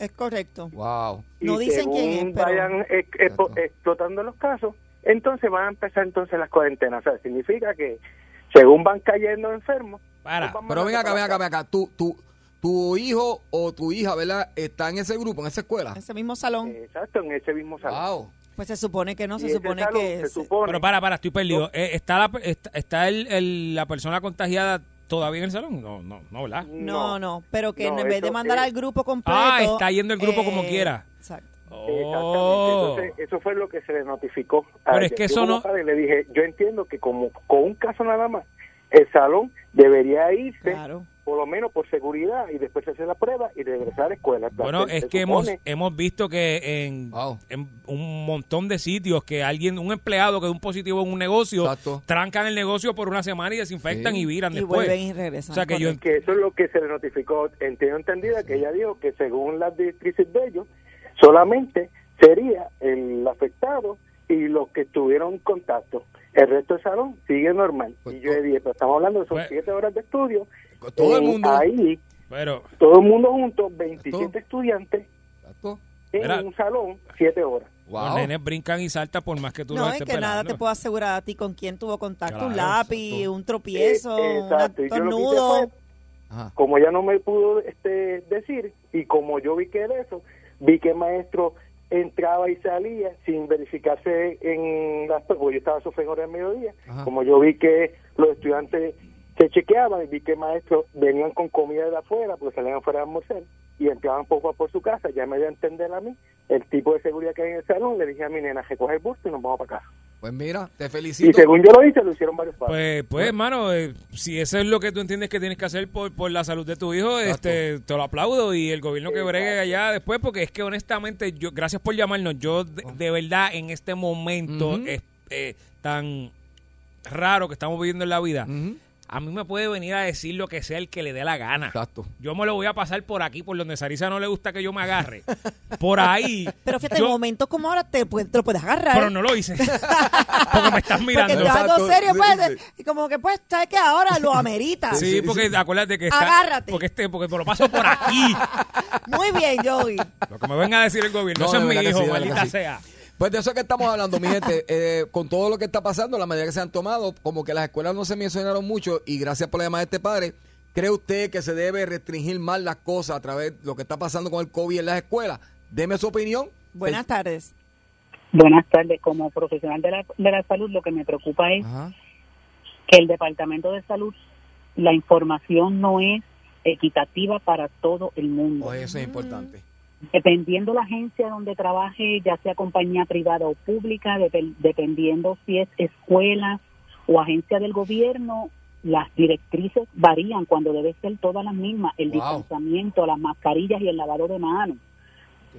D: es correcto.
C: Wow.
D: No
G: y
D: dicen
G: según
D: quién es, pero-
G: vayan eh, ex- expo-
C: Exacto.
G: explotando los casos, entonces van a empezar entonces las cuarentenas. O sea, significa que según van cayendo enfermos,
F: Para.
G: vamos
C: Pero ven acá,
G: mandando
C: ven acá, ven
G: para
C: acá. Tu, tu, tu hijo o tu hija, ¿verdad? Está en ese grupo, en esa escuela.
D: Ese mismo salón,
G: Eh, Exacto, en ese mismo salón.
C: Wow.
D: pues se supone que no,
G: Y
D: se
G: ese
D: supone
G: salón
D: que...
G: se
D: se-
G: supone
F: Pero para, para, estoy perdido. Eh, está la, está, está el, el- la persona contagiada ¿Todavía en el salón? No, no, no, ¿verdad?
D: No, no, pero que
F: No,
D: en vez
F: eso
D: de mandar
F: es-
D: al grupo completo. eh,
F: Ah, está yendo el grupo como quiera.
D: Exacto.
F: Oh.
J: eh, Entonces, eso fue lo que se le notificó. a
F: Pero
J: ella.
F: es que
J: Yo
F: eso
J: como
F: no-
J: padre le dije, yo entiendo que como con un caso nada más, el salón debería irse, por lo menos por seguridad, y después hacer la prueba y regresar a la escuela.
F: Bueno,
J: Se-
F: es
J: se
F: que hemos,
J: supone-
F: hemos visto que en, en un montón de sitios que alguien, un empleado que es un positivo en un negocio, trancan el negocio por una semana y desinfectan y viran después. O sea que yo
J: Que eso es lo que se le notificó. En- Tengo entendida que ella dijo que según las directrices de ellos, solamente sería el afectado y los que tuvieron contacto. El resto del salón sigue normal.
F: Pues
J: y yo le dije, pero estamos hablando de son siete horas de estudio.
F: todo el
J: Eh,
F: mundo.
J: Ahí,
F: Pero,
J: todo el mundo junto, 27 estudiantes en
F: Mira.
J: un salón, siete horas.
F: los nenes brincan y saltan por más que tú
D: No,
F: los
D: es
F: estés
D: que nada
F: velando.
D: te puedo asegurar a ti con quién tuvo contacto, un
F: Claro,
D: lápiz, un tropiezo,
J: Eh, exacto.
D: un
J: Y yo lo que hice
D: tornudo.
J: Como ella no me pudo este, decir, y como yo vi que era eso, vi que el maestro entraba y salía sin verificarse en las pues, porque yo estaba sufriendo hora de mediodía,
F: Ah.
J: como yo vi que los estudiantes se chequeaban y vi que maestros venían con comida de afuera, porque salían afuera a almorzar, y entraban poco a por su casa, ya me dio a entender a mí el tipo de seguridad que hay en el salón, le dije a mi nena, recoge el bulto y nos vamos para casa.
C: Pues mira, te felicito.
J: Y según yo lo hice, lo hicieron varios padres.
F: Pues, pues hermano, eh, si eso es lo que tú entiendes que tienes que hacer por, por la salud de tu hijo, este, te lo aplaudo y el gobierno que bregue allá después, porque es que honestamente, yo gracias por llamarnos. Yo de, de verdad en este momento
L: Ujú.
F: es, eh, tan raro que estamos viviendo en la vida. A mí me puede venir a decir lo que sea el que le dé la gana. Exacto. Yo me lo voy a pasar por aquí, por donde Sarisa no le gusta que yo me agarre. Por ahí.
D: Pero fíjate,
F: yo-
D: en momentos como ahora te, pu- te lo puedes agarrar.
F: pero no lo hice. Porque me estás mirando.
D: porque no es algo serio, pues, y como que pues, sabes que ahora lo amerita.
F: Sí, porque acuérdate que está,
D: Agárrate.
F: Porque este, porque me lo paso por aquí.
D: Muy bien, Yogi.
F: Lo que me venga a decir el gobierno,
C: No,
F: ese
C: de
F: es mi
C: verdad que
F: hijo,
C: sí, de verdad
F: maldita
C: que sí.
F: sea.
C: Pues de eso es que estamos hablando, mi gente. Eh, con todo lo que está pasando, la medida que se han tomado, como que las escuelas no se mencionaron mucho y gracias por la llamada de este padre, ¿cree usted que se debe restringir más las cosas a través de lo que está pasando con el COVID en las escuelas? Deme su opinión. Pues,
D: Buenas tardes.
M: Buenas tardes. Como profesional de la, de la salud, lo que me preocupa es que el Departamento de Salud, la información no es equitativa para todo el mundo.
C: pues Eso es importante.
M: Dependiendo la agencia donde trabaje, ya sea compañía privada o pública, depe- dependiendo si es escuela o agencia del gobierno, las directrices varían cuando debe ser todas las mismas, el
N: Wow.
M: distanciamiento, las mascarillas y el lavado de manos.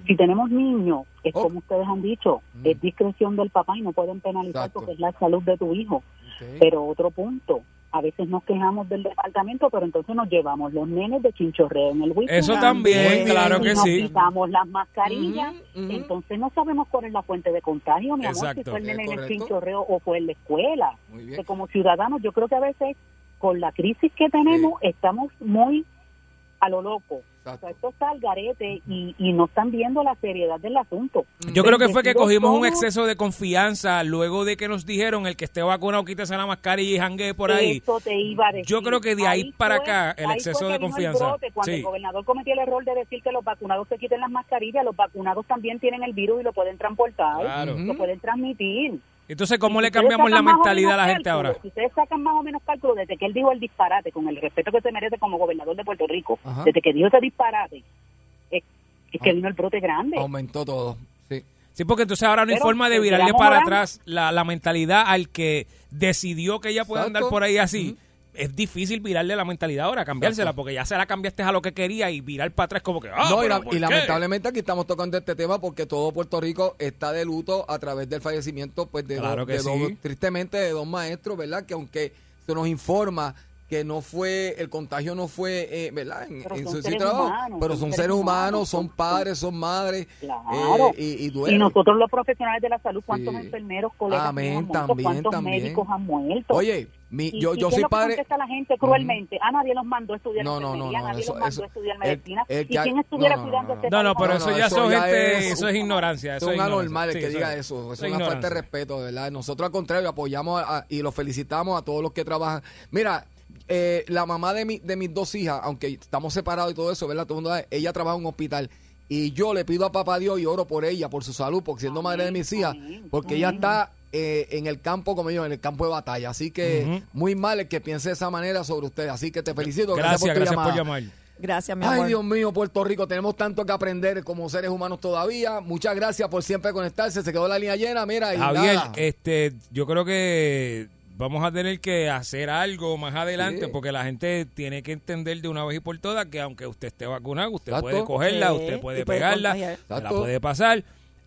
M: Si tenemos niños, es
N: Oh.
M: como ustedes han dicho, es discreción del papá y no pueden penalizar
N: Mm. Exacto.
M: porque es la salud de tu hijo. Pero otro punto, a veces nos quejamos del departamento, pero entonces nos llevamos los nenes de chinchorreo en el weekend.
F: Eso también,
M: Y
F: claro que
M: nos
F: sí.
M: quitamos las mascarillas, entonces no sabemos cuál es la fuente de contagio, mi amor, si
F: Exacto.
M: fue el
F: Es
M: nene en el
F: correcto.
M: chinchorreo o fue en la escuela.
C: Muy
F: bien.
M: Que como ciudadanos, yo creo que a veces con la crisis que tenemos estamos muy a lo loco. O sea, esto está al garete y, y no están viendo la seriedad del asunto.
F: Yo creo que fue que
M: Bendecidos
F: cogimos un
M: somos.
F: exceso de confianza luego de que nos dijeron el que esté vacunado quítese la mascarilla y jangue por ahí.
M: Eso te iba a decir.
F: Yo creo que de ahí para
M: fue-
F: acá, el
M: ahí
F: exceso
M: fue que
F: de
M: vino el
F: confianza.
M: brote, cuando
F: Sí.
M: el gobernador cometió el error de decir que los vacunados se quiten las mascarillas, los vacunados también tienen el virus y lo pueden transportar,
F: Claro.
M: lo pueden transmitir.
F: Entonces, ¿cómo le
M: Ustedes
F: cambiamos la
M: sacan más o
F: mentalidad a la
M: menos
F: gente
M: cálculo,
F: ahora?
M: si Ustedes sacan más o menos cálculo desde que él dijo el disparate, con el respeto que se merece como gobernador de Puerto Rico,
C: Ajá.
M: desde que dijo ese disparate, es, es
F: Ah.
M: que vino el brote grande.
C: Aumentó todo. Sí.
F: Sí, porque entonces ahora no hay
M: Pero,
F: forma de virarle
M: sigamos
F: para
M: orando.
F: atrás la, la mentalidad al que decidió que ella puede
M: Exacto.
F: andar por ahí así. Es difícil virarle la mentalidad ahora, cambiársela, porque ya se la cambiaste a lo que quería y virar para atrás como que... Ah,
C: no, y,
F: pero
C: la-
F: ¿por
C: y
F: qué?
C: lamentablemente aquí estamos tocando este tema porque todo Puerto Rico está de luto a través del fallecimiento pues de,
F: Claro
C: dos-
F: que
C: de
F: sí.
C: dos- tristemente de dos maestros, ¿verdad? Que aunque se nos informa que no fue el contagio no fue, eh, ¿verdad? En,
M: Pero
C: en
M: son
C: su
M: seres
C: sitio de trabajo,
M: humanos,
C: pero son seres humanos, son padres, son madres
M: Claro.
C: eh, y, y
M: Y
C: duele.
M: nosotros los profesionales de la salud, ¿cuántos
C: Sí. Ah,
M: enfermeros, colegas,
C: Amén,
M: han muerto?
C: también,
M: cuántos
C: también.
M: médicos han muerto?
C: Oye, mi-
M: ¿Y-
C: yo,
M: y
C: yo
M: qué es
C: soy
M: lo que
C: padre.
M: contesta la gente cruelmente? Ah, nadie los mandó a estudiar
C: No, no, no,
M: enfermería,
C: no,
M: nadie
C: eso-
M: los mandó
C: eso-
M: a estudiar
C: el-
M: medicina.
C: el que
M: ¿Y
C: ha-
M: quién
C: no,
M: estuviera
C: Eh, no, no,
M: cuidando a este
F: No, no, pero
M: país?
F: eso ya son gente, eso es ignorancia.
C: Es
F: Eso
C: un
F: es
C: anormal el
F: ignorancia.
C: que
F: Sí,
C: diga
F: es-
C: eso. Es
F: es
C: una falta
F: ignorancia.
C: de respeto, de verdad. Nosotros al contrario apoyamos a- y los felicitamos a todos los que trabajan. Mira, eh, la mamá de, mi, de mis dos hijas, aunque estamos separados y todo eso, ¿verdad? Todo el mundo sabe, ella trabaja en un hospital.
M: Ah,
C: Y yo le pido a papá Dios y oro por ella, por su salud, porque siendo madre de mis hijas, porque ella está eh, en el campo, como yo, en el campo de batalla. Así que
F: Ujú.
C: muy mal el que piense de esa manera sobre usted. Así que te felicito.
F: Gracias,
C: tu
F: gracias por
C: llamada.
F: llamar.
D: Gracias, mi amor.
C: Ay, Dios mío, Puerto Rico, tenemos tanto que aprender como seres humanos todavía. Muchas gracias por siempre conectarse. Se quedó la línea llena, mira. Y
F: Javier,
C: nada.
F: este, yo creo que vamos a tener que hacer algo más adelante porque la gente tiene que entender de una vez y por todas que aunque usted esté vacunado, usted
C: Exacto.
F: puede cogerla,
C: Sí,
F: usted
C: y
F: puede
C: puede
F: pegarla,
C: contagiar.
F: se la
C: Exacto.
F: puede pasar.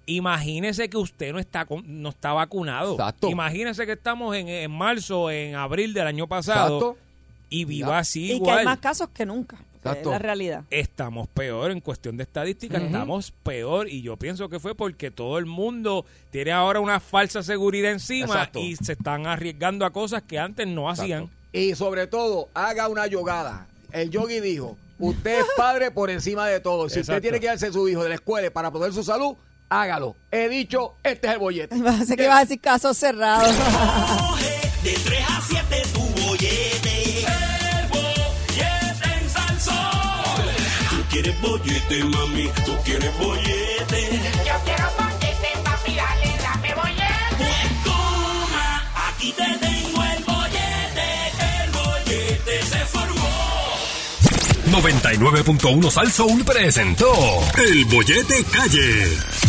F: Imagínese que usted no está con- no está vacunado. Imagínese que estamos en, en marzo, en abril del año pasado
D: Exacto.
F: y viva así
D: y
F: igual.
D: que hay más casos que nunca. que Es
F: Exacto.
D: la realidad.
F: Estamos peor en cuestión de estadística, estamos peor y yo pienso que fue porque todo el mundo tiene ahora una falsa seguridad encima
C: Exacto.
F: y se están arriesgando a cosas que antes no hacían.
C: Y sobre todo, haga una yogada. El yogi dijo, usted es padre por encima de todo. Si
F: Exacto.
C: usted tiene que darse a su hijo de la escuela para proteger su salud, hágalo. He dicho, este es el bollete.
D: Sé que ibas a decir casos cerrados.
A: De 3 a 7 tu bollete. El bollete en salsón.
K: Tú quieres bollete, mami, tú quieres bollete.
A: Yo quiero bollete, papi, dale, dame bollete. Pues toma, aquí te tengo el bollete. El bollete se formó.
L: 99.1 Sal Soul presentó El Bollete Calle.